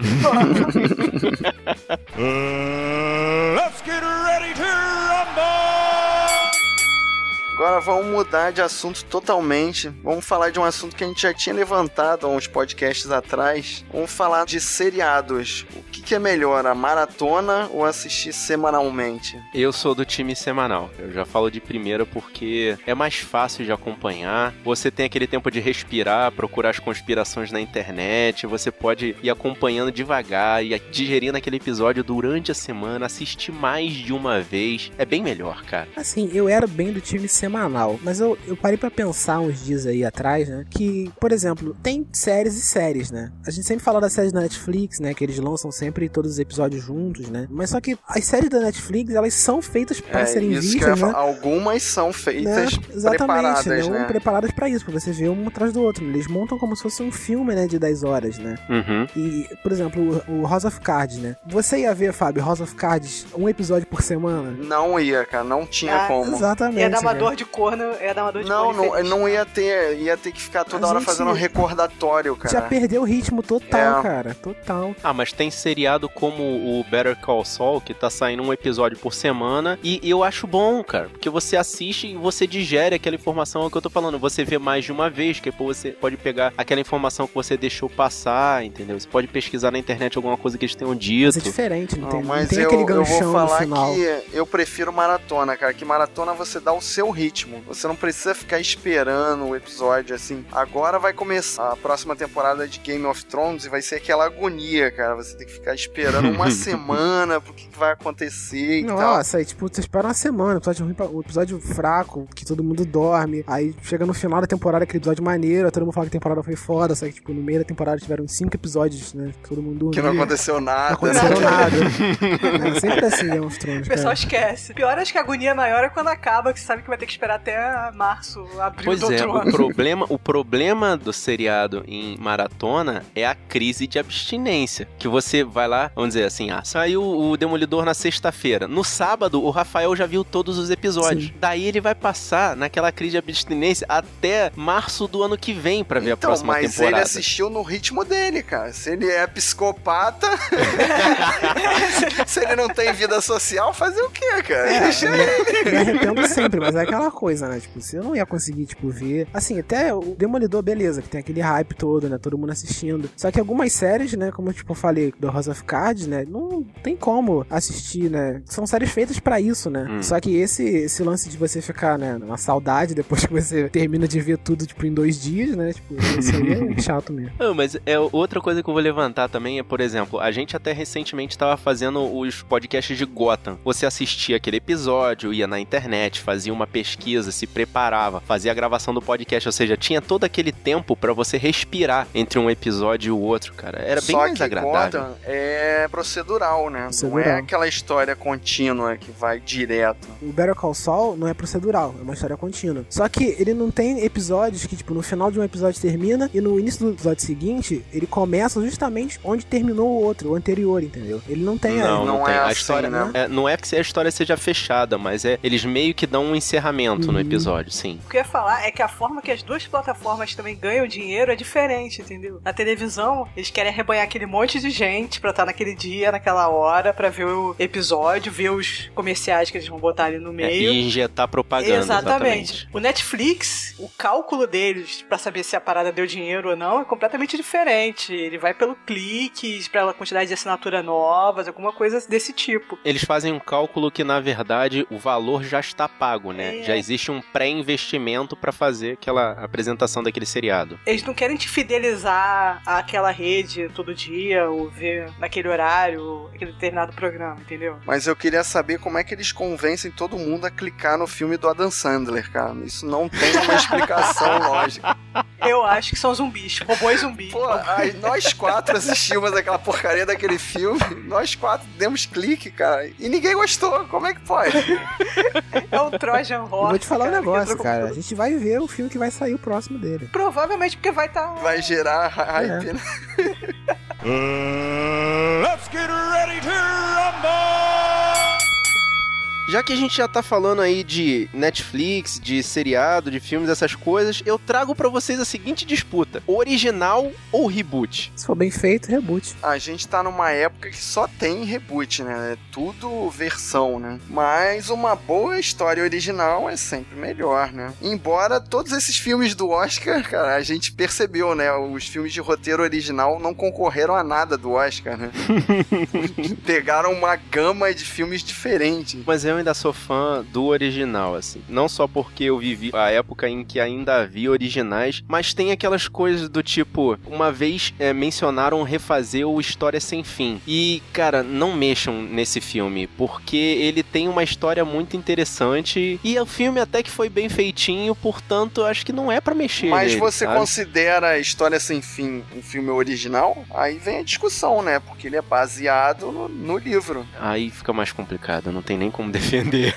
B: Agora vamos mudar de assunto totalmente. Vamos falar de um assunto que a gente já tinha levantado há uns podcasts atrás. Vamos falar de seriados. O que, que é melhor, a maratona ou assistir semanalmente?
A: Eu sou do time semanal. Eu já falo de primeira porque é mais fácil de acompanhar. Você tem aquele tempo de respirar, procurar as conspirações na internet. Você pode ir acompanhando devagar e digerindo aquele episódio durante a semana, assistir mais de uma vez. É bem melhor, cara.
C: Assim, eu era bem do time semanal, mas eu, eu parei pra pensar uns dias aí atrás, né? Que, por exemplo, tem séries e séries, né? A gente sempre fala das séries da Netflix, né? Que eles lançam sempre todos os episódios juntos, né? Mas só que as séries da Netflix, elas são feitas para
B: É
C: serem
B: isso que eu ia
C: vistas, né?
B: falar. Algumas são feitas
C: Né? Exatamente,
B: preparadas,
C: né? Um
B: né?
C: preparadas pra isso, pra você ver um atrás do outro. né? Eles montam como se fosse um filme, né? De 10 horas, né?
A: Uhum.
C: E, por exemplo, o, o House of Cards, né? Você ia ver, Fábio, House of Cards um episódio por semana?
B: Não ia, cara. Não tinha
D: Ah,
B: como.
C: Exatamente.
D: Ia dar uma
C: né?
D: dor de corno, ia dar uma dor de
B: Não,
D: corno.
B: não,
D: infeliz.
B: não ia ter. Ia ter que ficar toda
C: A
B: hora
C: gente-
B: fazendo um recordatório, cara.
C: Já perdeu o ritmo total,
B: É.
C: cara. Total.
A: Ah, mas tem seriado como o Better Call Saul, que tá saindo um episódio por semana, e eu acho bom, cara, porque você assiste e você digere aquela informação é o que eu tô falando, você vê mais de uma vez, que depois você pode pegar aquela informação que você deixou passar, entendeu? Você pode pesquisar na internet alguma coisa que eles tenham
C: Mas é
A: dito.
C: diferente, não,
B: Não,
C: tem, não
B: mas
C: tem
B: eu,
C: aquele
B: eu vou
C: ganchão no
B: falar
C: final.
B: que eu prefiro maratona, cara. Que maratona você dá o seu ritmo. Você não precisa ficar esperando o episódio assim. Agora vai começar a próxima temporada de Game of Thrones e vai ser aquela agonia, cara. Você tem que ficar esperando uma semana pro que que vai acontecer e tal.
C: Nossa, aí, tipo, você espera uma semana, episódio ruim pra- um episódio fraco, que todo mundo dorme. Aí chega no final da temporada, aquele episódio maneiro, aí todo mundo fala que a temporada foi foda, só que, tipo, no meio da temporada tiveram cinco episódios, né? que Todo mundo
B: Que não
C: dormiu.
B: aconteceu nada. né?
C: Não aconteceu nada. é, sempre assim, Game of Thrones,
D: O
C: cara.
D: pessoal esquece. Pior acho que a agonia maior é quando acaba, que você sabe que vai ter que esperar até março, abril
A: Pois
D: do
A: é,
D: outro
A: o
D: ano.
A: problema, o problema do seriado em maratona é a crise de abstinência. Que você vai lá, vamos dizer assim, ah, saiu o Demolidor na sexta-feira. No sábado, o Rafael já viu todos os episódios. Daí ele vai passar naquela crise de abstinência até março do ano que vem pra ver a
B: Então,
A: próxima
B: mas
A: temporada.
B: ele
D: assim,
B: assistiu no ritmo dele, cara. Se ele é psicopata, se ele não tem vida social, fazer o quê, cara?
C: É, né?
B: Deixa ele.
C: Me arrependo sempre, mas é aquela coisa, né? Tipo, você não ia conseguir, tipo, ver. Assim, até o Demolidor, beleza, que tem aquele hype todo, né? Todo mundo assistindo. Só que algumas séries, né? Como tipo, eu falei, do House of Cards, né? Não tem como assistir, né? São séries feitas pra isso, né?
A: Hum.
C: Só que esse, esse lance de você ficar, né? Uma saudade depois que você termina de ver tudo, tipo, em dois dias, né? Tipo, isso aí é chato mesmo.
A: Ah, mas é outra coisa que eu vou levantar também é, por exemplo, a gente até recentemente estava fazendo os podcasts de Gotham. Você assistia aquele episódio, ia na internet, fazia uma pesquisa, se preparava, fazia a gravação do podcast, ou seja, tinha todo aquele tempo pra você respirar entre um episódio e o outro, cara. Era bem
B: Só
A: mais
B: que
A: agradável.
B: Gotham é procedural, né? Não
C: Procedural.
B: é aquela história contínua que vai direto.
C: O Better Call Saul não é procedural, é uma história contínua. Só que ele não tem episódios que, tipo, no final de um episódio termina e no início do episódio seguinte, ele começa justamente onde terminou o outro, o anterior, entendeu? Ele não tem
A: Não, não,
B: não
A: tem.
B: é
A: a
B: assim,
A: história
B: né?
A: é, não é que a história seja fechada, mas é eles meio que dão um encerramento no
C: Uhum.
A: episódio, sim.
D: O que eu ia falar é que a forma que as duas plataformas também ganham dinheiro é diferente, entendeu? Na televisão, eles querem arrebanhar aquele monte de gente pra estar naquele dia, naquela hora, pra ver o episódio, ver os comerciais que eles vão botar ali no
A: É,
D: meio.
A: e injetar propaganda. Exatamente.
D: O Netflix, o cálculo deles pra saber se a parada deu dinheiro ou não é completamente diferente. Ele vai pelo cliques, pela quantidade de assinatura novas, alguma coisa desse tipo.
A: Eles fazem um cálculo que, na verdade, o valor já está pago, né?
D: É.
A: Já existe um pré-investimento para fazer aquela apresentação daquele seriado.
D: Eles não querem te fidelizar àquela rede todo dia ou ver naquele horário, ou aquele determinado programa, entendeu?
B: Mas eu queria saber como é que eles convencem todo mundo a clicar no filme do Adam Sandler, cara. Isso não tem uma explicação lógica.
D: Eu acho que são zumbis, robôs zumbis.
B: Pô, aí nós quatro assistimos aquela porcaria daquele filme, nós quatro demos clique, cara, e ninguém gostou. Como é que pode?
D: É o Trojan
C: Eu
D: Horse.
C: vou te falar um
D: cara, que
C: negócio,
D: entrou com
C: cara. A
D: tudo.
C: gente vai ver o filme que vai sair o próximo dele.
D: Provavelmente porque vai tá estar.
B: Vai gerar hype, né?
A: Já que a gente já tá falando aí de Netflix, de seriado, de filmes, essas coisas, eu trago pra vocês a seguinte disputa: original ou reboot?
C: Se for bem feito, reboot.
B: A gente tá numa época que só tem reboot, né? É tudo versão, né? Mas uma boa história original é sempre melhor, né? Embora todos esses filmes do Oscar, cara, a gente percebeu, né? Os filmes de roteiro original não concorreram a nada do Oscar, né? Pegaram uma gama de filmes diferentes.
A: Mas eu ainda sou fã do original, assim. Não só porque eu vivi a época em que ainda havia originais, mas tem aquelas coisas do tipo: uma vez é, mencionaram refazer o História Sem Fim. E, cara, não mexam nesse filme, porque ele tem uma história muito interessante. E o filme até que foi bem feitinho, portanto, acho que não é pra mexer.
B: Mas
A: nele,
B: você
A: sabe?
B: considera a História Sem Fim um filme original? Aí vem a discussão, né? Porque ele é baseado no, no livro.
A: Aí fica mais complicado, não tem nem como defender.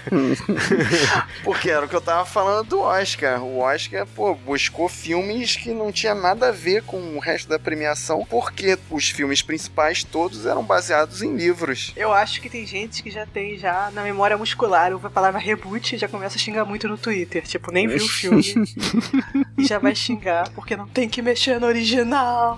B: Porque era o que eu tava falando do Oscar. O Oscar, pô, buscou filmes que não tinha nada a ver com o resto da premiação, porque os filmes principais todos eram baseados em livros.
D: Eu acho que tem gente que já tem já na memória muscular a palavra reboot e já começa a xingar muito no Twitter. Tipo, nem viu o filme e já vai xingar porque não tem que mexer no original.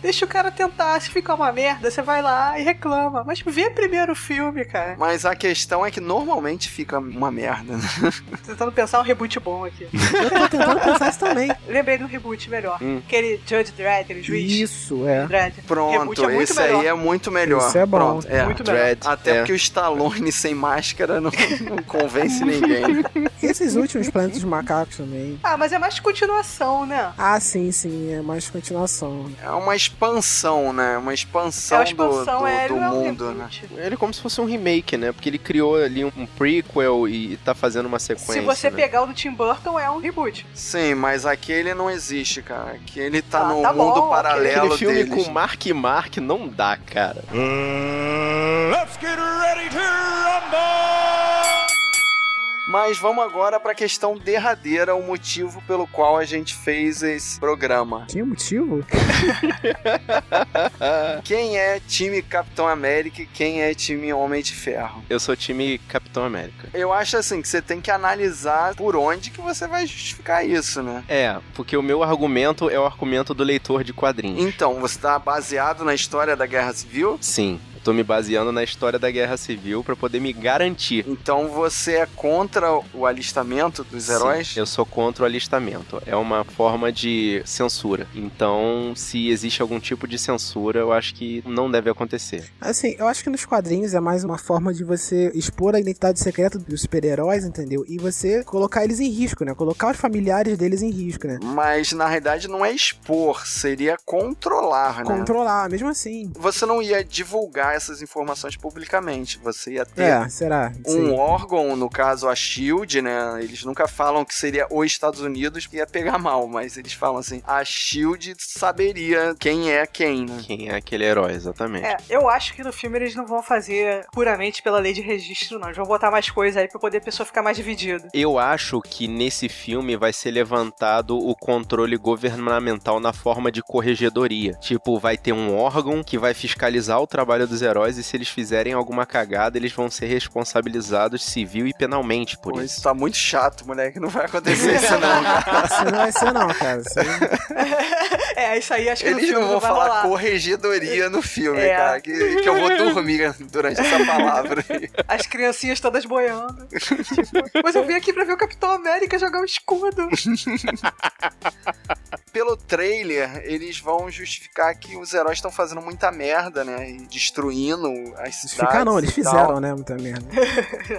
D: Deixa o cara tentar, se ficar uma merda, você vai lá e reclama. Mas vê primeiro o filme, cara.
B: Mas a questão é que normalmente fica uma merda.
D: é
B: né?
D: Tô tentando pensar um reboot bom aqui.
C: Eu tô tentando pensar isso também.
D: Lembrei de um reboot melhor.
A: Hum.
D: Aquele Judge Dredd, aquele juiz.
C: Isso, é.
D: Dredd. Reboot
B: Pronto,
D: é muito
B: esse
D: melhor.
B: aí é muito melhor.
C: Isso é bom.
B: Pronto, é.
D: Muito melhor.
A: Dread.
B: Até
A: é.
B: porque o Stallone sem máscara não, não convence ninguém.
C: E esses últimos Planetas dos Macacos também.
D: Ah, mas é mais continuação, né?
C: Ah, sim, sim, é mais continuação.
B: É uma expansão, né? Uma expansão,
D: é uma expansão,
B: do, do,
D: é,
B: do
D: não é um
B: mundo, né?
D: reboot.
A: Ele é como se fosse um remake, né? Porque ele criou ali um prequel e tá fazendo uma sequência.
D: Se você
A: né?
D: pegar o do Tim Burton, é um reboot.
B: Sim, mas aquele não existe, cara. Aquele tá
D: Ah,
B: no
D: tá bom,
B: mundo
D: aquele
B: paralelo
A: Aquele filme
B: deles.
A: com Mark e Mark não dá, cara.
B: Mas vamos agora pra questão derradeira, o motivo pelo qual a gente fez esse programa.
C: Tinha motivo?
B: Quem é time Capitão América e quem é time Homem de Ferro?
A: Eu sou time Capitão América.
B: Eu acho assim que você tem que analisar por onde que você vai justificar isso, né?
A: É, porque o meu argumento é o argumento do leitor de quadrinhos.
B: Então, você tá baseado na história da Guerra Civil?
A: Sim, eu tô me baseando na história da Guerra Civil pra poder me garantir.
B: Então você é contra o alistamento dos heróis?
A: Sim, eu sou contra o alistamento. É uma forma de censura. Então, se existe algum tipo de censura, eu acho que não deve acontecer.
C: Assim, eu acho que nos quadrinhos é mais uma forma de você expor a identidade secreta dos super-heróis, entendeu? E você colocar eles em risco, né? Colocar os familiares deles em risco, né?
B: Mas na realidade não é expor, seria controlar, né?
C: Controlar, mesmo assim.
B: Você não ia divulgar essas informações publicamente, você ia ter
C: É, será?
B: um
C: Sim.
B: órgão, no caso a Shield, né? Eles nunca falam que seria os Estados Unidos que ia pegar mal, mas eles falam assim: a Shield saberia quem é quem, né?
A: Quem é aquele herói, exatamente.
D: É, eu acho que no filme eles não vão fazer puramente pela lei de registro, não. Eles vão botar mais coisa aí pra poder a pessoa ficar mais dividida.
A: Eu acho que nesse filme vai ser levantado o controle governamental na forma de corregedoria. Tipo, vai ter um órgão que vai fiscalizar o trabalho dos heróis e se eles fizerem alguma cagada, eles vão ser responsabilizados civil e penalmente por
B: Pô,
A: isso.
B: isso tá muito chato, moleque. Não vai acontecer isso, né? não.
C: Isso não vai ser, não, cara. Isso aí-
D: é, isso aí acho que no
B: Eles
D: filme
B: não vão
D: vai
B: falar
D: rolar.
B: corregedoria no filme,
D: É.
B: cara. Que, que eu vou dormir durante essa palavra. aí.
D: As criancinhas todas boiando. Tipo, mas eu vim aqui pra ver o Capitão América jogar um escudo.
B: pelo trailer, eles vão justificar que os heróis estão fazendo muita merda, né? E destruindo as cidades.
C: Ficar não, eles
B: e tal.
C: fizeram, né? Muita merda.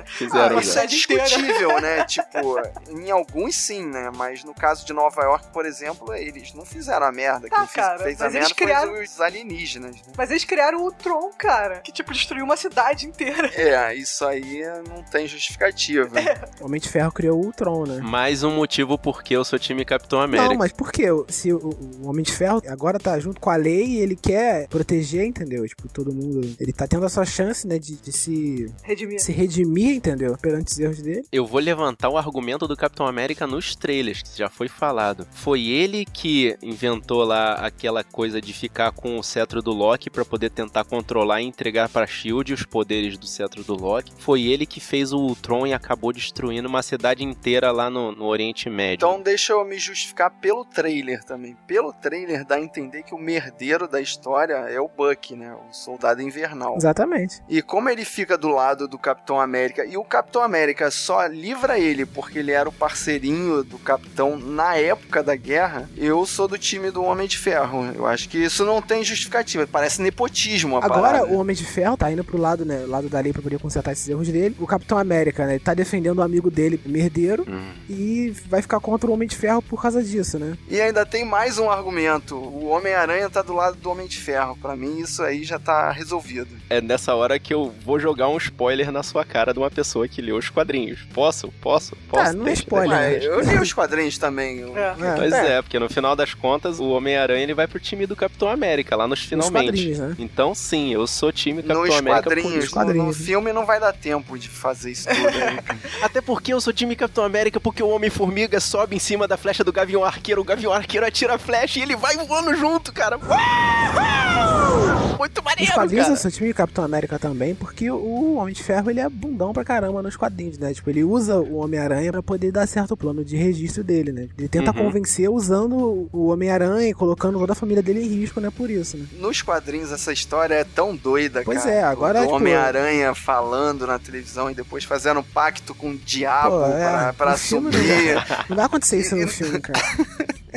A: Fizeram
D: Ah,
B: Isso é
D: cidade inteira.
B: discutível, né? tipo, em alguns sim, né? Mas no caso de Nova York, por exemplo, eles não fizeram a merda.
D: Tá,
B: Quem fez-
D: cara,
B: fez a
D: mas eles
B: merda
D: criaram-
B: foi os alienígenas. né?
D: Mas eles criaram o Tron, cara. Que, tipo, destruiu uma cidade inteira.
B: É, isso aí não tem justificativa.
D: É.
C: O Homem de Ferro criou o Ultron, né?
A: Mais um motivo porque eu sou time Capitão América.
C: Não, mas por que? Se o o, o Homem de Ferro agora tá junto com a lei e ele quer proteger, entendeu? Tipo, todo mundo. Ele tá tendo a sua chance, né, de, de se,
D: Redimir.
C: se redimir, entendeu? Perante os erros dele.
A: Eu vou levantar o argumento do Capitão América nos trailers, que já foi falado. Foi ele que inventou lá aquela coisa de ficar com o cetro do Loki pra poder tentar controlar e entregar pra Shield os poderes do cetro do Loki. Foi ele que fez o Ultron e acabou destruindo uma cidade inteira lá no, no Oriente Médio.
B: Então deixa eu me justificar pelo trailer também. Pelo trailer dá a entender que o merdeiro da história é o Buck, né? O soldado invernal.
C: Exatamente.
B: E como ele fica do lado do Capitão América, e o Capitão América só livra ele porque ele era o parceirinho do Capitão na época da guerra, eu sou do time do Homem de Ferro. Eu acho que isso não tem justificativa. Parece nepotismo a
C: Agora,
B: parada.
C: o Homem de Ferro tá indo pro lado, né? Lado da lei pra poder consertar esses erros dele. O Capitão América, né? Ele tá defendendo o amigo dele, merdeiro,
A: Hum.
C: e vai ficar contra o Homem de Ferro por causa disso, né?
B: E ainda tem mais um argumento. O Homem-Aranha tá do lado do Homem de Ferro. Pra mim, isso aí já tá resolvido.
A: É nessa hora que eu vou jogar um spoiler na sua cara de uma pessoa que leu os quadrinhos. Posso? Posso? Posso?
C: não é
A: Deixa-
C: spoiler. Olha,
B: Ué, eu li os quadrinhos também. Eu-
D: É.
C: É,
A: Pois
C: é,
A: é, porque no final das contas, o Homem-Aranha ele vai pro time do Capitão América, lá nos
C: nos
A: finalmente.
C: quadrinhos, né?
A: então, sim, eu sou time Capitão
B: Nos
A: América. por
B: quadrinhos,
A: isso.
B: no- no,
C: quadrinhos.
B: filme não vai dar tempo de fazer isso tudo. né?
A: Até porque eu sou time Capitão América, porque o Homem-Formiga sobe em cima da flecha do Gavião Arqueiro, o Gavião Arqueiro atira a flecha e ele vai voando junto, cara. Muito
C: Os
A: maneiro,
C: quadrinhos
A: cara.
C: eu sou time do Capitão América também, porque o Homem de Ferro ele é bundão pra caramba nos quadrinhos, né? Tipo, ele usa o Homem-Aranha pra poder dar certo o plano de registro dele, né? Ele tenta
A: Uhum.
C: convencer usando o Homem-Aranha e colocando toda a família dele em risco, né? Por isso, né?
B: Nos quadrinhos essa história é tão doida,
C: Pois
B: cara.
C: é, agora,
B: Do
C: tipo,
B: Homem-Aranha falando na televisão e depois fazendo um pacto com o diabo
C: Pô, é,
B: pra, pra
C: no filme
B: assumir.
C: Não vai acontecer isso no filme, cara.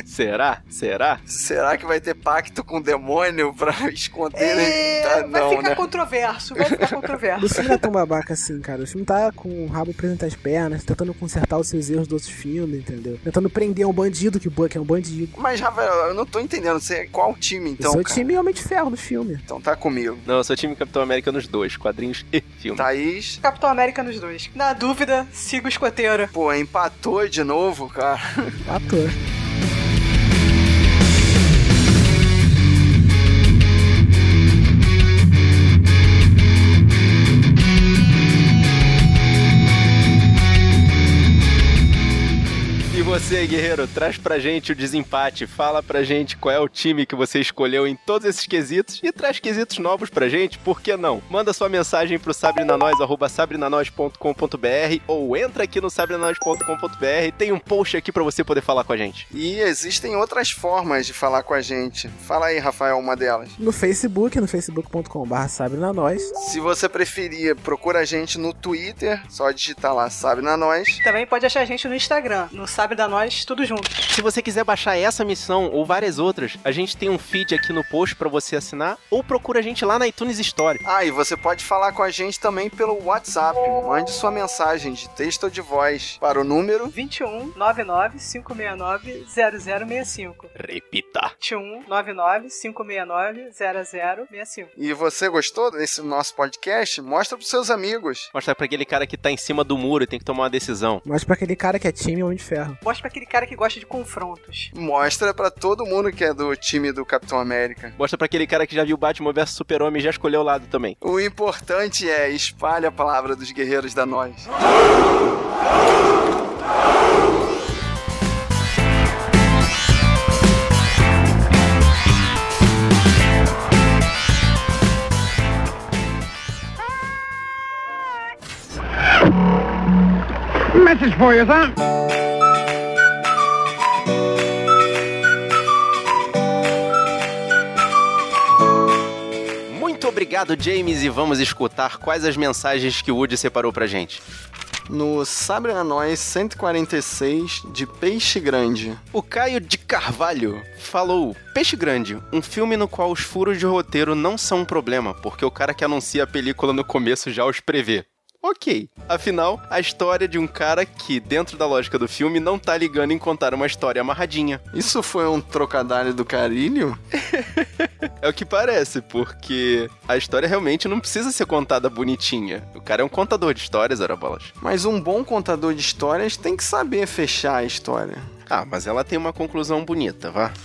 A: Será? Será?
B: Será que vai ter pacto com o demônio pra esconder?
D: É,
B: Tá,
D: vai
B: não,
D: ficar
B: né?
D: controverso, vai ficar
C: O
D: controverso.
C: filme não é tão babaca assim, cara. O filme tá com o rabo preso entre as pernas, tentando consertar os seus erros do outro filme, entendeu? Tentando prender um bandido, que o Buck é um bandido.
B: Mas, Rafael, eu não tô entendendo. Você é qual time,
C: Então,
B: então,
C: Seu
B: cara?
C: time Homem de Ferro no filme.
B: Então tá comigo.
A: Não, eu sou time Capitão América nos dois, quadrinhos e filme.
B: Thaís...
D: Capitão América nos dois. Na dúvida, siga o escoteiro.
B: Pô, empatou de novo, cara.
C: Ator.
A: E você, guerreiro, traz pra gente o desempate. Fala pra gente qual é o time que você escolheu em todos esses quesitos e traz quesitos novos pra gente, por que não? Manda sua mensagem pro sabrinanois, arroba sabrinanois.com.br ou entra aqui no sabrinanois.com.br, tem um post aqui pra você poder falar com a gente.
B: E existem outras formas de falar com a gente. Fala aí, Rafael, uma delas.
C: No Facebook, no facebook.com.br sabe na nós.
B: Se você preferir, procura a gente no Twitter, só digitar lá, sabe na nós.
D: Também pode achar a gente no Instagram, no Sabe da Nós, tudo junto.
A: Se você quiser baixar essa missão ou várias outras, a gente tem um feed aqui no post pra você assinar ou procura a gente lá na iTunes Store.
B: Ah, e você pode falar com a gente também pelo WhatsApp. Mande sua mensagem de texto ou de voz para o número
D: 21 99 569 0065.
A: Repita.
D: 21 99 569 0065.
B: e você gostou desse nosso podcast? Mostra pros seus amigos.
A: Mostra pra aquele cara que tá em cima do muro e tem que tomar uma decisão.
C: Mas pra aquele cara que é time Homem de Ferro.
D: Mostra pra aquele cara que gosta de confrontos.
B: Mostra pra todo mundo que é do time do Capitão América.
A: Mostra pra aquele cara que já viu Batman vs Super-Homem e já escolheu o lado também.
B: O importante é espalhe a palavra dos guerreiros da nós.
E: Message for you, son.
A: Muito obrigado, James, e vamos escutar quais as mensagens que o Woody separou pra gente.
B: No Sabre na Nós 146 de Peixe Grande.
A: O Caio de Carvalho falou: Peixe Grande, um filme no qual os furos de roteiro não são um problema, porque o cara que anuncia a película no começo já os prevê. Ok. Afinal, a história de um cara que, dentro da lógica do filme, não tá ligando em contar uma história amarradinha.
B: Isso foi um trocadilho do carilho?
A: É o que parece, porque a história realmente não precisa ser contada bonitinha. O cara é um contador de histórias, era bolas.
B: Mas um bom contador de histórias tem que saber fechar a história.
A: Ah, mas ela tem uma conclusão bonita, vá.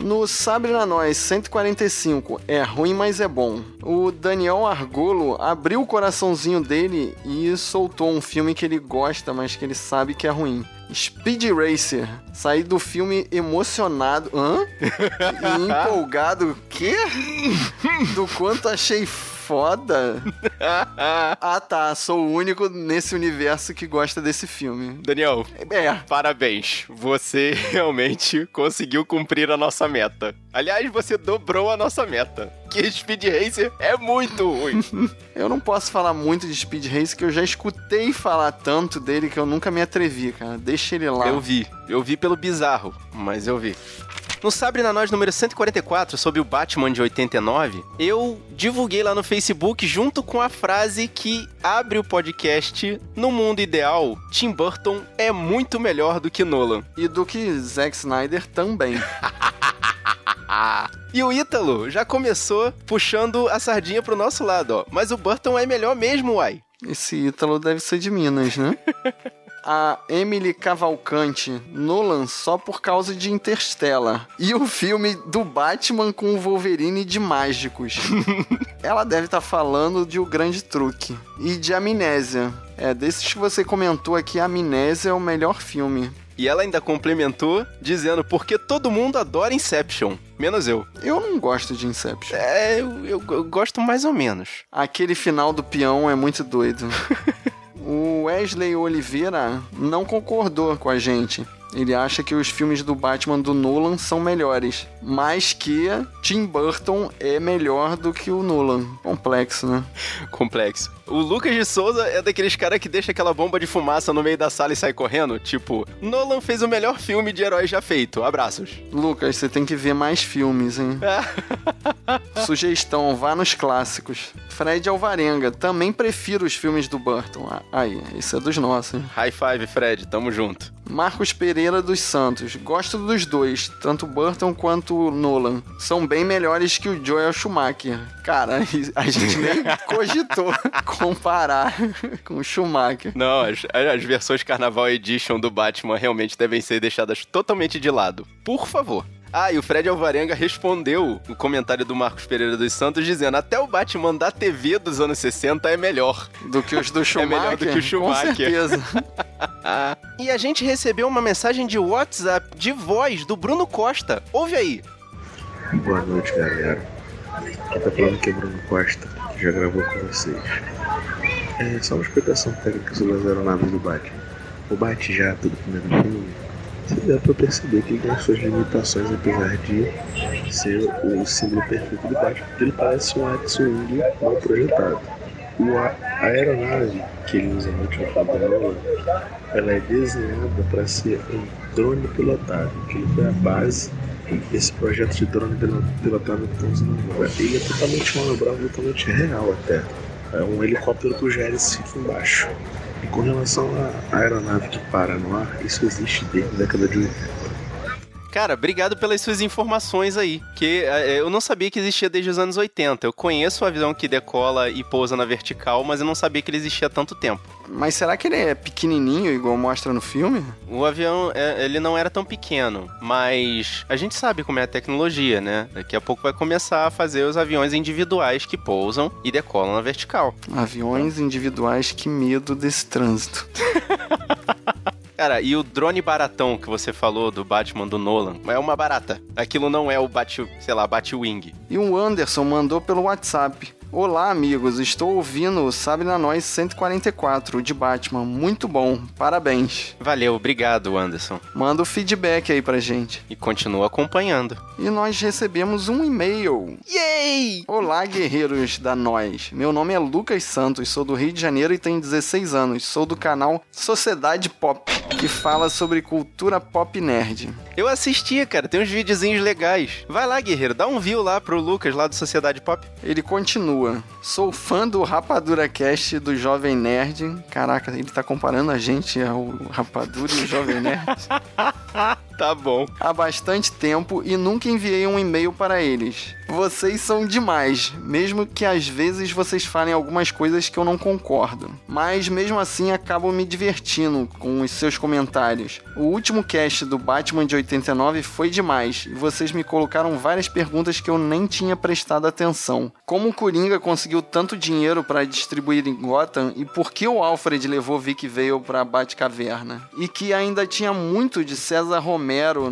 B: No Sabrina Nós 145, é ruim, mas é bom. O Daniel Argolo abriu o coraçãozinho dele e soltou um filme que ele gosta, mas que ele sabe que é ruim. Speed Racer. Saí do filme emocionado. Hã? E empolgado. Quê? Do quanto achei foda. Ah tá, sou o único nesse universo que gosta desse filme.
A: Daniel,
B: É,
A: parabéns. Você realmente conseguiu cumprir a nossa meta. Aliás, você dobrou a nossa meta. Que Speed Racer é muito ruim.
B: Eu não posso falar muito de Speed Race, que eu já escutei falar tanto dele que eu nunca me atrevi, cara. Deixa ele lá.
A: Eu vi. Eu vi pelo bizarro, mas eu vi. No Sabrina Nós número 144, sobre o Batman de 89, eu divulguei lá no Facebook junto com a frase que abre o podcast No mundo ideal, Tim Burton é muito melhor do que Nolan.
B: E do que Zack Snyder também.
A: E o Ítalo já começou puxando a sardinha pro nosso lado, ó. Mas o Burton é melhor mesmo, uai.
B: Esse Ítalo deve ser de Minas, né? A Emily Cavalcante, Nolan só por causa de Interstellar. E o filme do Batman com o Wolverine de Mágicos. Ela deve estar falando de O Grande Truque. E de Amnésia. É, desses que você comentou aqui, Amnésia é o melhor filme.
A: E ela ainda complementou dizendo porque todo mundo adora Inception, menos eu.
B: Eu não gosto de Inception.
A: É, eu, eu- eu gosto mais ou menos.
B: Aquele final do peão é muito doido. o Wesley Oliveira não concordou com a gente. Ele acha que os filmes do Batman do Nolan são melhores, mas que Tim Burton é melhor do que o Nolan. Complexo, né?
A: Complexo. O Lucas de Souza é daqueles cara que deixa aquela bomba de fumaça no meio da sala e sai correndo, tipo, Nolan fez o melhor filme de herói já feito. Abraços.
B: Lucas, você tem que ver mais filmes, hein? Sugestão, vá nos clássicos. Fred Alvarenga, também prefiro os filmes do Burton. Ah, Aí, isso é dos nossos. hein?
A: High five, Fred, tamo junto.
B: Marcos Pereira dos Santos. Gosto dos dois, tanto Burton quanto Nolan. São bem melhores que o Joel Schumacher. Cara, a gente nem cogitou comparar com o Schumacher.
A: Não, as, as versões Carnaval Edition do Batman realmente devem ser deixadas totalmente de lado. Por favor. Ah, e o Fred Alvarenga respondeu o comentário do Marcos Pereira dos Santos dizendo: até o Batman da TV dos anos 60 é melhor.
B: Do que os do Schumacher?
A: É melhor do que o Schumacher.
B: Com certeza.
A: E a gente recebeu uma mensagem de WhatsApp de voz do Bruno Costa. Ouve aí.
J: Boa noite, galera. Aqui tá falando que é Bruno Costa, que já gravou com vocês. É só uma explicação técnica sobre as aeronaves do Batman. O Bat-Jato do primeiro filme, você dá pra perceber que ele tem suas limitações, apesar de ser o símbolo perfeito do Batman, ele parece um X-Wing mal projetado. O a a aeronave que ele usa no último filme da Nolan, ela é desenhada para ser um drone pilotado, que ele foi a base esse projeto de drone pil- pilotado que estamos usando agora, ele é totalmente manobrável, totalmente real até. É um helicóptero cuja hélice fica embaixo. E com relação à aeronave que para no ar, isso existe desde a década de 80.
A: Cara, obrigado pelas suas informações aí, que eh, eu não sabia que existia desde os anos 80. Eu conheço o avião que decola e pousa na vertical, mas eu não sabia que ele existia há tanto tempo.
B: Mas será que ele é pequenininho, igual mostra no filme?
A: O avião, é, ele não era tão pequeno, mas a gente sabe como é a tecnologia, né? Daqui a pouco vai começar a fazer os aviões individuais que pousam e decolam na vertical.
B: Aviões individuais, que medo desse trânsito.
A: Cara, e o drone baratão que você falou do Batman do Nolan, é uma barata. Aquilo não é o Bat, sei lá, Batwing.
B: E o Anderson mandou pelo WhatsApp. Olá, amigos. Estou ouvindo o Sabe na Nós 144 de Batman. Muito bom. Parabéns.
A: Valeu, obrigado, Anderson.
B: Manda o feedback aí pra gente.
A: E continua acompanhando.
B: E nós recebemos um e-mail.
A: Yay!
B: Olá, guerreiros da Nós. Meu nome é Lucas Santos, sou do Rio de Janeiro e tenho 16 anos. Sou do canal Sociedade Pop, que fala sobre cultura pop nerd.
A: Eu assisti, cara, tem uns videozinhos legais. Vai lá, guerreiro, dá um view lá pro Lucas lá do Sociedade Pop.
B: Ele continua. Sou fã do Rapadura Cast do Jovem Nerd. Caraca, ele tá comparando a gente ao Rapadura e o Jovem Nerd
A: Tá bom.
B: há bastante tempo e nunca enviei um e-mail para eles. Vocês são demais, mesmo que às vezes vocês falem algumas coisas que eu não concordo. Mas mesmo assim acabo me divertindo com os seus comentários. O último cast do Batman de 89 foi demais e vocês me colocaram várias perguntas que eu nem tinha prestado atenção. Como o Coringa conseguiu tanto dinheiro para distribuir em Gotham e por que o Alfred levou Vic Vale para Batcaverna? E que ainda tinha muito de César Romero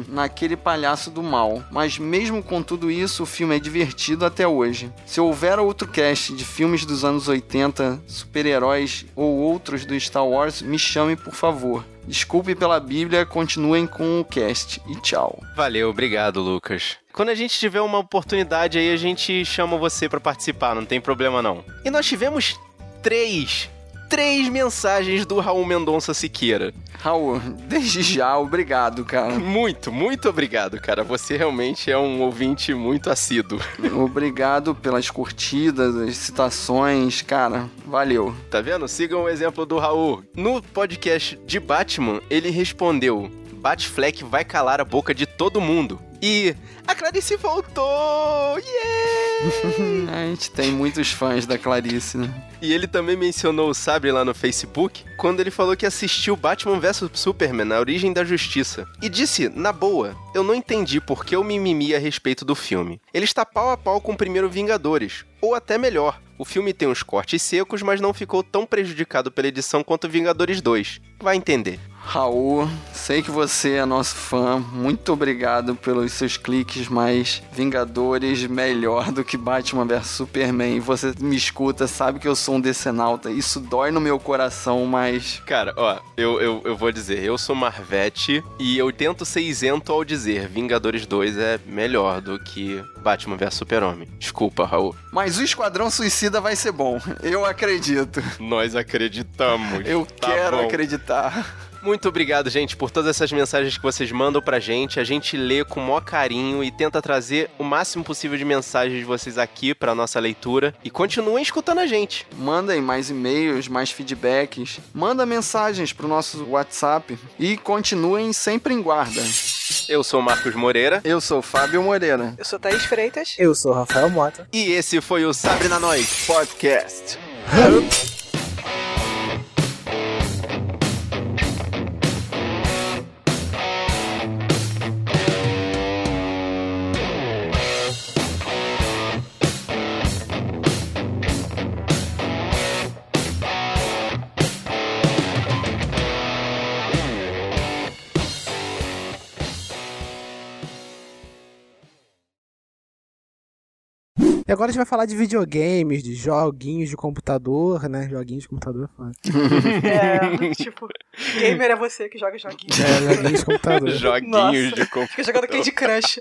B: naquele palhaço do mal. Mas mesmo com tudo isso, o filme é divertido até hoje. Se houver outro cast de filmes dos anos 80, super-heróis ou outros do Star Wars, me chame por favor. Desculpe pela Bíblia, continuem com o cast e tchau.
A: Valeu, obrigado, Lucas. Quando a gente tiver uma oportunidade aí, a gente chama você pra participar, não tem problema não. E nós tivemos três, três mensagens do Raul Mendonça Siqueira.
B: Raul, desde já, obrigado, cara.
A: Muito, muito obrigado, cara. Você realmente é um ouvinte muito assíduo.
B: Obrigado pelas curtidas, as citações, cara. Valeu.
A: Tá vendo? Sigam o exemplo do Raul. No podcast de Batman, ele respondeu: Batfleck vai calar a boca de todo mundo. E a Clarice voltou! Yeah!
B: A gente tem muitos fãs da Clarice, né?
A: e ele também mencionou o Sabre lá no Facebook quando ele falou que assistiu Batman vs Superman, na origem da justiça. E disse, na boa, eu não entendi por que o mimimi a respeito do filme. Ele está pau a pau com o primeiro Vingadores. Ou até melhor, o filme tem uns cortes secos, mas não ficou tão prejudicado pela edição quanto Vingadores 2. Vai entender.
B: Raul, sei que você é nosso fã. Muito obrigado pelos seus cliques, mas Vingadores melhor do que Batman vs Superman. Você me escuta, sabe que eu sou um decenalta. Isso dói no meu coração, mas.
A: Cara, ó, eu, eu, eu vou dizer, eu sou Marvete e eu tento ser isento ao dizer Vingadores 2 é melhor do que Batman vs Super-Homem. Desculpa, Raul.
B: Mas o Esquadrão Suicida vai ser bom. Eu acredito.
A: Nós acreditamos.
B: Eu
A: Tá
B: quero
A: bom.
B: acreditar.
A: Muito obrigado, gente, por todas essas mensagens que vocês mandam pra gente. A gente lê com o maior carinho e tenta trazer o máximo possível de mensagens de vocês aqui pra nossa leitura. E continuem escutando a gente.
B: Mandem mais e-mails, mais feedbacks. Manda mensagens pro nosso WhatsApp e continuem sempre em guarda.
A: Eu sou o Marcos Moreira
B: Eu sou o Fábio Moreira.
D: Eu sou Thaís Freitas.
C: Eu sou o Rafael Mota.
A: e esse foi o Sabre na Nós Podcast.
C: E agora a gente vai falar de videogames, de joguinhos de computador, né? Joguinhos de computador, é foda.
D: É, tipo, gamer é você que joga joguinho.
C: É, joguinhos de computador.
A: Joguinhos
D: Nossa.
A: de computador.
D: Fica jogando Candy Crush.